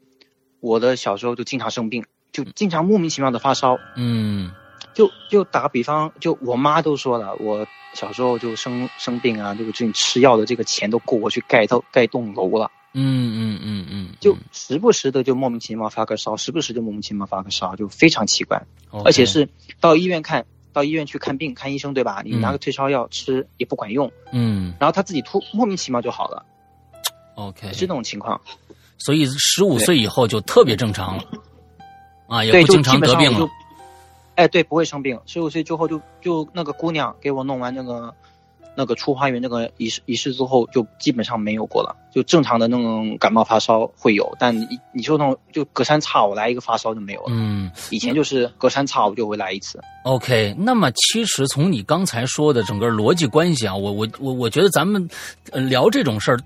S3: 我的小时候就经常生病，就经常莫名其妙的发烧。
S2: 嗯
S3: 就就打个比方，就我妈都说了，我小时候就生生病啊，这个这吃药的这个钱都够我去盖套盖栋楼了，
S2: 嗯嗯嗯嗯，
S3: 就时不时的就莫名其妙发个烧，时不时就莫名其妙发个烧，就非常奇怪。
S2: 嗯 OK
S3: 而且是到医院看，到医院去看病看医生对吧？你
S2: 嗯
S3: 拿个退烧药吃也不管用。
S2: 嗯
S3: 然后他自己突莫名其妙就好了，
S2: OK，
S3: 是这种情况。
S2: 所以十五岁以后就特别正常了，啊，也
S3: 对，
S2: 不
S3: 就
S2: 经
S3: 基
S2: 常
S3: 本
S2: 得
S3: 上
S2: 病
S3: 我
S2: 了
S3: 就，，哎，对，不会生病。十五岁之后就就那个姑娘给我弄完那个那个出花园那个仪式仪式之后，就基本上没有过了，就正常的那种感冒发烧会有，但你你说那种就隔三差五来一个发烧就没有了。
S2: 嗯。
S3: 以前就是隔三差五就会来一次。
S2: OK，那么其实从你刚才说的整个逻辑关系啊，我我我我觉得咱们呃聊这种事儿，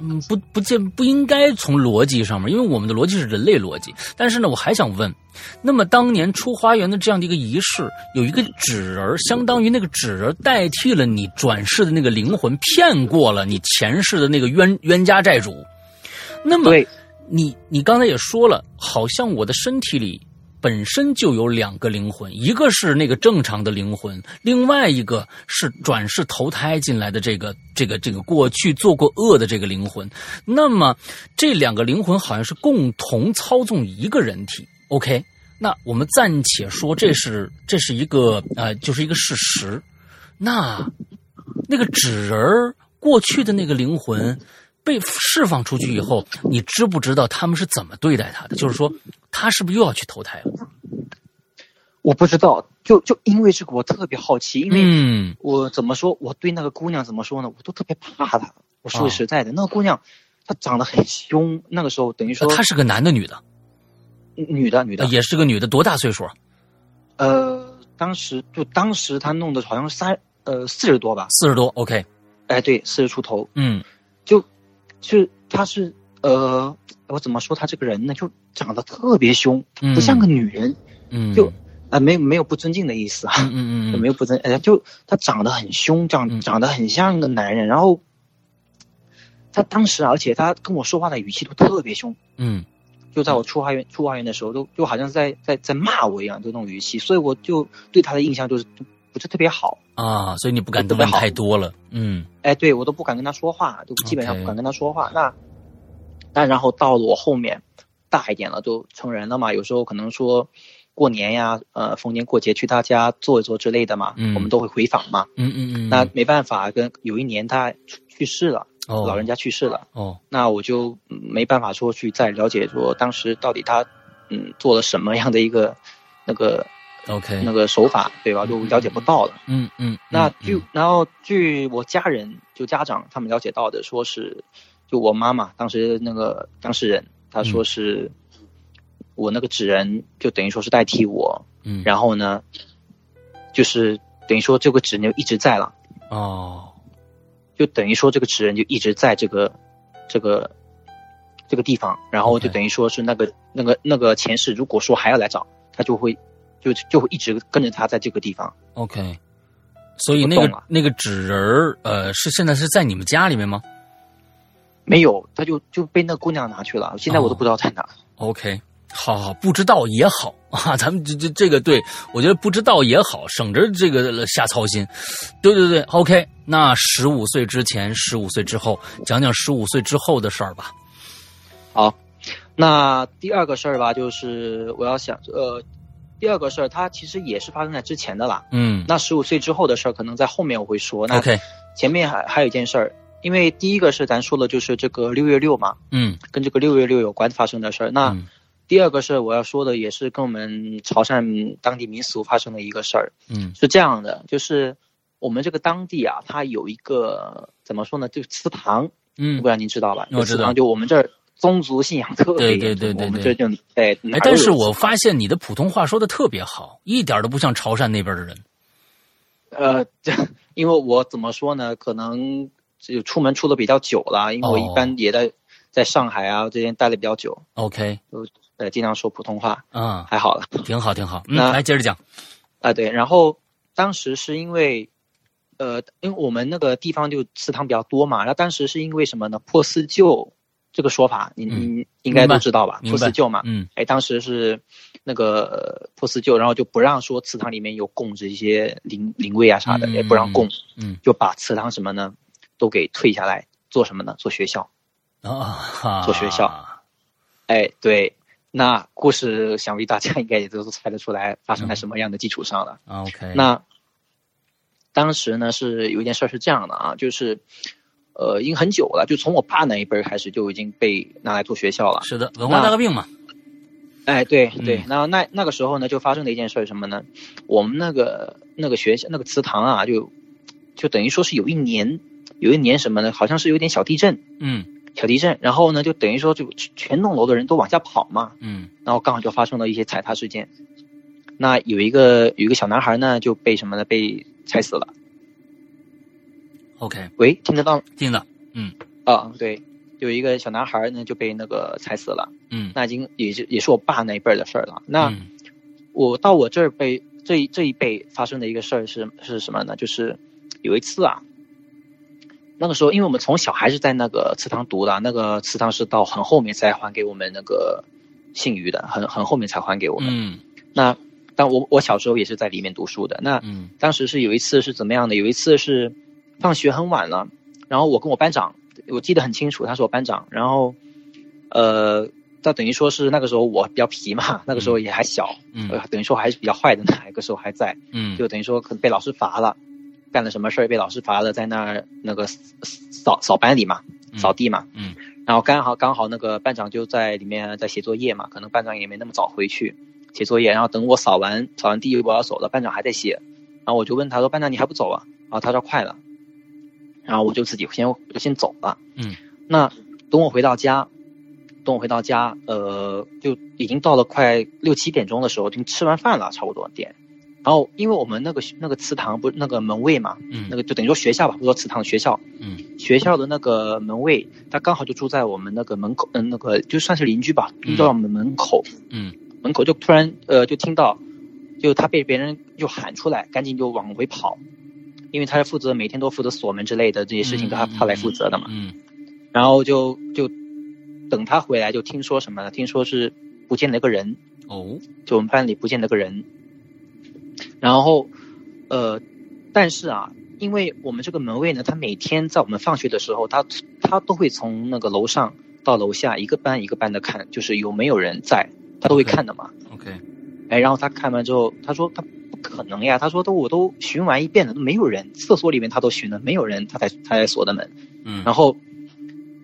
S2: 嗯，不不见不应该从逻辑上面，因为我们的逻辑是人类逻辑。但是呢，我还想问，那么当年出花园的这样的一个仪式，有一个纸人儿，相当于那个纸人儿代替了你转世的那个灵魂，骗过了你前世的那个冤冤家债主。那么
S3: 对，
S2: 你你刚才也说了，好像我的身体里本身就有两个灵魂，一个是那个正常的灵魂，另外一个是转世投胎进来的这个这个这个过去做过恶的这个灵魂。那么这两个灵魂好像是共同操纵一个人体。OK，那我们暂且说这是这是一个呃，就是一个事实。那那个纸人儿过去的那个灵魂被释放出去以后，你知不知道他们是怎么对待他的？就是说，他是不是又要去投胎了？
S3: 我不知道，就就因为这个我特别好奇，因为、
S2: 嗯
S3: 我怎么说？我对那个姑娘怎么说呢？我都特别怕她。我
S2: 啊
S3: 说句实在的，那个姑娘，她长得很凶。那个时候等于说，
S2: 他呃是个男的，女的，
S3: 女的，女的，
S2: 也是个女的，多大岁数？啊
S3: 呃，当时就当时她弄的好像是三呃四十多吧，
S2: 四十多。OK，
S3: 嗯哎，对，四十出头，
S2: 嗯
S3: 就就她是呃，我怎么说她这个人呢？就长得特别凶，
S2: 嗯
S3: 不像个女人。
S2: 嗯，
S3: 就啊、没没有不尊敬的意思啊，
S2: 嗯嗯嗯
S3: 没有不尊，呃，就他长得很凶，
S2: 嗯
S3: 长长得很像个男人，然后他当时，啊而且他跟我说话的语气都特别凶，
S2: 嗯
S3: 就在我出花园出花园的时候，都就好像在在在骂我一样，就那种语气，所以我就对他的印象就是不是特别好。
S2: 啊，所以你不敢问太多了，嗯
S3: 哎，对我都不敢跟他说话，都基本上
S2: OK
S3: 不敢跟他说话。那那然后到了我后面大一点了，都成人了嘛，有时候可能说过年呀，呃，逢年过节去他家坐一坐之类的嘛，
S2: 嗯
S3: 我们都会回访嘛。
S2: 嗯嗯嗯，
S3: 那没办法，跟有一年他去去世了，
S2: 哦
S3: 老人家去世了，
S2: 哦
S3: 那我就嗯没办法说去再了解说当时到底他嗯做了什么样的一个那个
S2: OK，
S3: 那个手法，对吧？就了解不到了。
S2: 嗯嗯，
S3: 那据、然后据我家人就家长他们了解到的，说是就我妈妈当时那个当事人，她说是、我那个纸人就等于说是代替我，
S2: 嗯
S3: 然后呢，就是等于说这个纸人就一直在了，
S2: 哦
S3: 就等于说这个纸人就一直在这个这个这个地方，然后
S2: OK
S3: 就等于说是那个那个那个前世，如果说还要来找他，就会就就会一直跟着他在这个地方。
S2: OK，所以那个、
S3: 我懂了
S2: 那个纸人儿呃是现在是在你们家里面吗
S3: 没有，他就就被那姑娘拿去了，现在我
S2: 哦
S3: 都不知道在哪。
S2: ？OK。好好，不知道也好 啊，咱们这这这个对我觉得不知道也好，省着这个瞎操心。对对对，OK。那十五岁之前，十五岁之后，讲讲十五岁之后的事儿吧。
S3: 好，那第二个事儿吧，就是我要想呃，第二个事儿它其实也是发生在之前的啦。
S2: 嗯
S3: 那十五岁之后的事儿，可能在后面我会说。那
S2: ，OK，
S3: 前面还还有一件事儿，因为第一个是咱说的就是这个六月六嘛，
S2: 嗯
S3: 跟这个六月六有关发生的事儿。那
S2: 嗯
S3: 第二个事儿我要说的也是跟我们潮汕当地民俗发生的一个事儿，
S2: 嗯
S3: 是这样的，就是我们这个当地啊，它有一个怎么说呢，就祠堂，
S2: 嗯
S3: 不，然您知道吧？
S2: 我知道
S3: 祠堂就我们这儿宗族信仰特别严重
S2: 对对对对对
S3: 我们这就哎，哪
S2: 哎
S3: 儿，
S2: 但是
S3: 有
S2: 我发现你的普通话说的特别好，一点都不像潮汕那边的人。
S3: 呃，这因为我怎么说呢？可能就出门出的比较久了，因为我
S2: 哦
S3: 一般也在、在上海啊这边待的比较久，
S2: OK，
S3: 呃，经常说普通话，
S2: 啊，
S3: 还好了
S2: 挺好，挺好。嗯，
S3: 那
S2: 来接着讲。
S3: 啊、对，然后当时是因为。呃，因为我们那个地方就祠堂比较多嘛，然后当时是因为什么呢？破四旧这个说法，你
S2: 嗯
S3: 你应该
S2: 明白
S3: 都知道吧？
S2: 明白
S3: 破四旧嘛，
S2: 嗯
S3: 哎，当时是那个呃破四旧，然后就不让说祠堂里面有供这些灵灵位啊啥的，
S2: 嗯
S3: 也不让供，
S2: 嗯，
S3: 就把祠堂什么呢都给退下来，做什么呢？做学校。
S2: 啊，
S3: 做学校哎，对，那故事想必大家应该也都猜得出来发
S2: 嗯
S3: 生在什么样的基础上了。
S2: 啊，OK，
S3: 那当时呢是有一件事儿是这样的啊，就是呃已经很久了，就从我爸那一辈儿开始就已经被拿来做学校了。
S2: 是的，文化
S3: 那
S2: 大革命嘛，
S3: 哎，对对
S2: 嗯，
S3: 那那那个时候呢，就发生了一件事儿，什么呢？我们那个那个学校那个祠堂啊，就就等于说是有一年，有一年什么呢？好像是有点小地震，
S2: 嗯
S3: 小地震，然后呢，就等于说就全全栋楼的人都往下跑嘛，
S2: 嗯
S3: 然后刚好就发生了一些踩踏事件。那有一个有一个小男孩呢，就被什么呢？被踩死了。
S2: ，OK，
S3: 喂，听得到
S2: 听着，
S3: 啊？对，有一个小男孩呢就被那个踩死了。
S2: 嗯，
S3: 那已经也是也是我爸那一辈儿的事儿了。那、
S2: 嗯
S3: 我到我这儿被这一这一辈发生的一个事儿是是什么呢？就是有一次啊，那个时候因为我们从小还是在那个祠堂读的，那个祠堂是到很后面才还给我们那个姓余的，很很后面才还给我们。
S2: 嗯
S3: 那但我我小时候也是在里面读书的。那
S2: 嗯
S3: 当时是有一次是怎么样的？有一次是放学很晚了，然后我跟我班长，我记得很清楚，他是我班长。然后，呃，他等于说是那个时候我比较皮嘛， 那个时候也还小，
S2: 嗯
S3: 呃，等于说还是比较坏的 那个时候还在，
S2: 嗯，
S3: 就等于说可能被老师罚了，干了什么事儿被老师罚了，在那儿那个扫扫班里嘛，
S2: 嗯
S3: 扫地嘛，
S2: 嗯
S3: 然后刚好刚好那个班长就在里面在写作业嘛，可能班长也没那么早回去写作业，然后等我扫完扫完地我要走了，班长还在写，然后我就问他说班长你还不走啊？然后他说快了，然后我就自己先我就先走了。
S2: 嗯，
S3: 那等我回到家，等我回到家，呃，就已经到了快六七点钟的时候，已经吃完饭了，差不多点。然后因为我们那个那个祠堂不是那个门卫嘛，
S2: 嗯
S3: 那个就等于说学校吧，不说祠堂学校，
S2: 嗯
S3: 学校的那个门卫，他刚好就住在我们那个门口，嗯、那个就算是邻居吧，
S2: 嗯
S3: 住到我们门口，
S2: 嗯
S3: 门口就突然呃就听到，就他被别人就喊出来，赶紧就往回跑，因为他是负责每天都负责锁门之类的这些事
S2: 嗯
S3: 情，都他
S2: 嗯
S3: 他来负责的嘛。
S2: 嗯
S3: 然后就就等他回来，就听说什么呢？听说是不见了一个人，
S2: 哦
S3: 就我们班里不见了个人。然后，呃，但是啊，因为我们这个门卫呢，他每天在我们放学的时候，他他都会从那个楼上到楼下一个班一个班的看，就是有没有人在，他都会
S2: OK
S3: 看的嘛。
S2: ，OK，
S3: 哎，然后他看完之后，他说他不可能呀，他说都我都巡完一遍了，都没有人，厕所里面他都巡了，没有人，他才他才锁的门。
S2: 嗯，
S3: 然后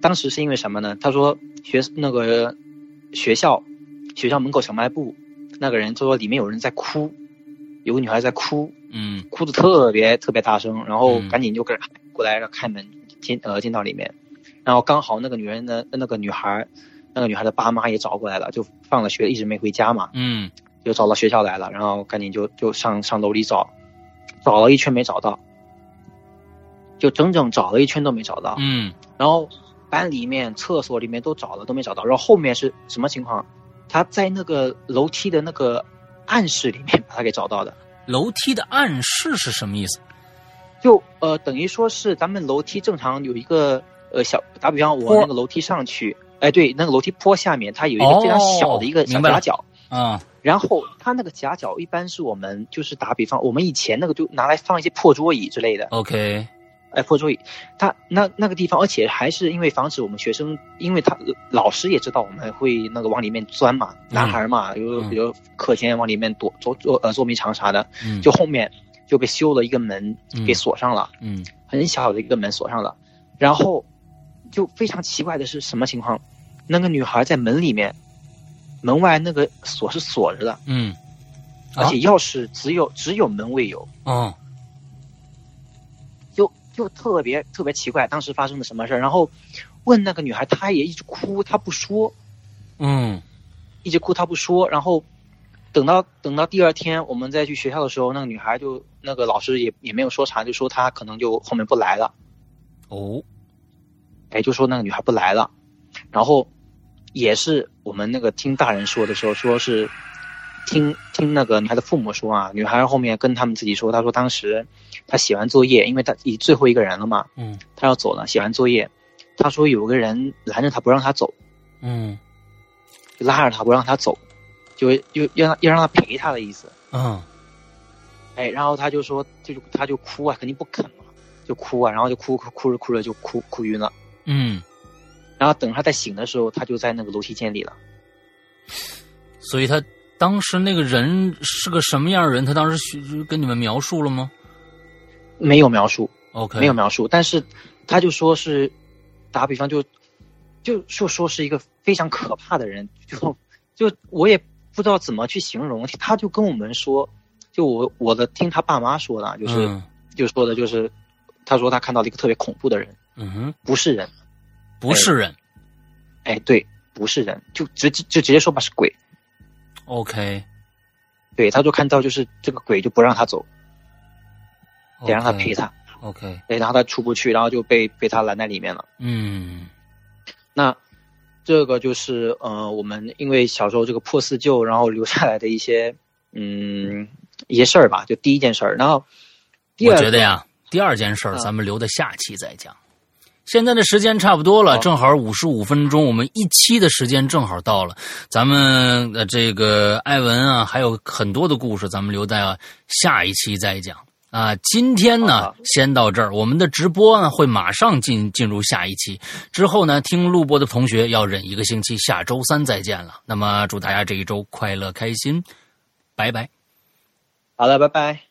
S3: 当时是因为什么呢？他说学那个学校学校门口小卖部那个人就说里面有人在哭，有个女孩在哭，
S2: 嗯
S3: 哭的特别特别大声，然后
S2: 嗯
S3: 赶紧就跟过来让开门进呃进到里面，然后刚好那个女人的那个女孩。那个女孩的爸妈也找过来了，就放了学一直没回家嘛，
S2: 嗯
S3: 就找到学校来了，然后赶紧就就上上楼里找，找了一圈没找到，就整整找了一圈都没找到。
S2: 嗯
S3: 然后班里面、厕所里面都找了，都没找到。然后后面是什么情况？他在那个楼梯的那个暗室里面把他给找到的。
S2: 楼梯的暗示是什么意思？
S3: 就呃，等于说是咱们楼梯正常有一个呃小，打比方我
S2: 坡
S3: 那个楼梯上去，哎，对，那个楼梯坡下面它有一个非常小的一
S2: 哦
S3: 个小
S2: 明白了
S3: 夹角。
S2: 啊，
S3: 然后它那个夹角一般是我们就是打比方，我们以前那个就拿来放一些破桌椅之类的，
S2: OK，
S3: 哎，破桌椅，他那那个地方，而且还是因为防止我们学生，因为他呃老师也知道我们会那个往里面钻嘛，男孩嘛，有
S2: 嗯
S3: 有课间往里面躲捉捉呃捉迷藏啥的，
S2: 嗯，
S3: 就后面就被修了一个门
S2: 嗯
S3: 给锁上了，
S2: 嗯
S3: 很小的一个门锁上了，然后就非常奇怪的是什么情况？那个女孩在门里面，门外那个锁是锁着的，
S2: 嗯，
S3: 而
S2: 啊
S3: 且钥匙只有只有门卫有，
S2: 哦
S3: 就就特别特别奇怪，当时发生的什么事儿？然后问那个女孩，她也一直哭，她不说，
S2: 嗯
S3: 一直哭她不说。然后等到等到第二天我们再去学校的时候，那个女孩就那个老师也也没有说啥，就说她可能就后面不来了，
S2: 哦
S3: 哎，就说那个女孩不来了。然后也是我们那个听大人说的时候，说是听听那个女孩的父母说啊，女孩后面跟他们自己说，她说当时她写完作业，因为她以最后一个人了嘛，
S2: 嗯
S3: 他要走了，写完作业，他说有个人拦着他不让他走，
S2: 嗯
S3: 就拉着他不让他走，就又要让要让他陪他的意思。
S2: 嗯
S3: 哎，然后他就说，就他就哭啊，肯定不肯嘛，就哭啊，然后就哭哭哭着哭着就哭哭晕了。
S2: 嗯，
S3: 然后等他再醒的时候，他就在那个楼梯间里了。
S2: 所以他当时那个人是个什么样的人？他当时学跟你们描述了吗
S3: 没有描述，
S2: ？OK，
S3: 没有描述，但是他就说是，打比方就，就就说是一个非常可怕的人，就 就我也不知道怎么去形容，他就跟我们说，就我我的听他爸妈说的，啊就是、
S2: 嗯
S3: 就说的就是，他说他看到了一个特别恐怖的人，
S2: 嗯哼，
S3: 不是人，
S2: 不是人。
S3: 哎，对，不是人，就直就直接说吧是鬼，
S2: OK，
S3: 对，他就看到就是这个鬼就不让他走，得让他陪。他，
S2: OK，
S3: 哎，然后他出不去，然后就被被他拦在里面了。
S2: 嗯
S3: 那这个就是呃，我们因为小时候这个破四旧，然后留下来的一些嗯一些事儿吧，就第一件事儿。然后第
S2: 我
S3: 二个，
S2: 觉得呀，第二件事儿
S3: 嗯
S2: 咱们留到下期再讲。现在的时间差不多了，
S3: 好
S2: 正好五十五分钟，我们一期的时间正好到了。咱们呃，这个艾文啊，还有很多的故事，咱们留在下一期再讲啊。今天呢
S3: 好，
S2: 先到这儿，我们的直播呢会马上进进入下一期，之后呢，听录播的同学要忍一个星期，下周三再见了。那么祝大家这一周快乐开心，拜拜。
S3: 好了，拜拜。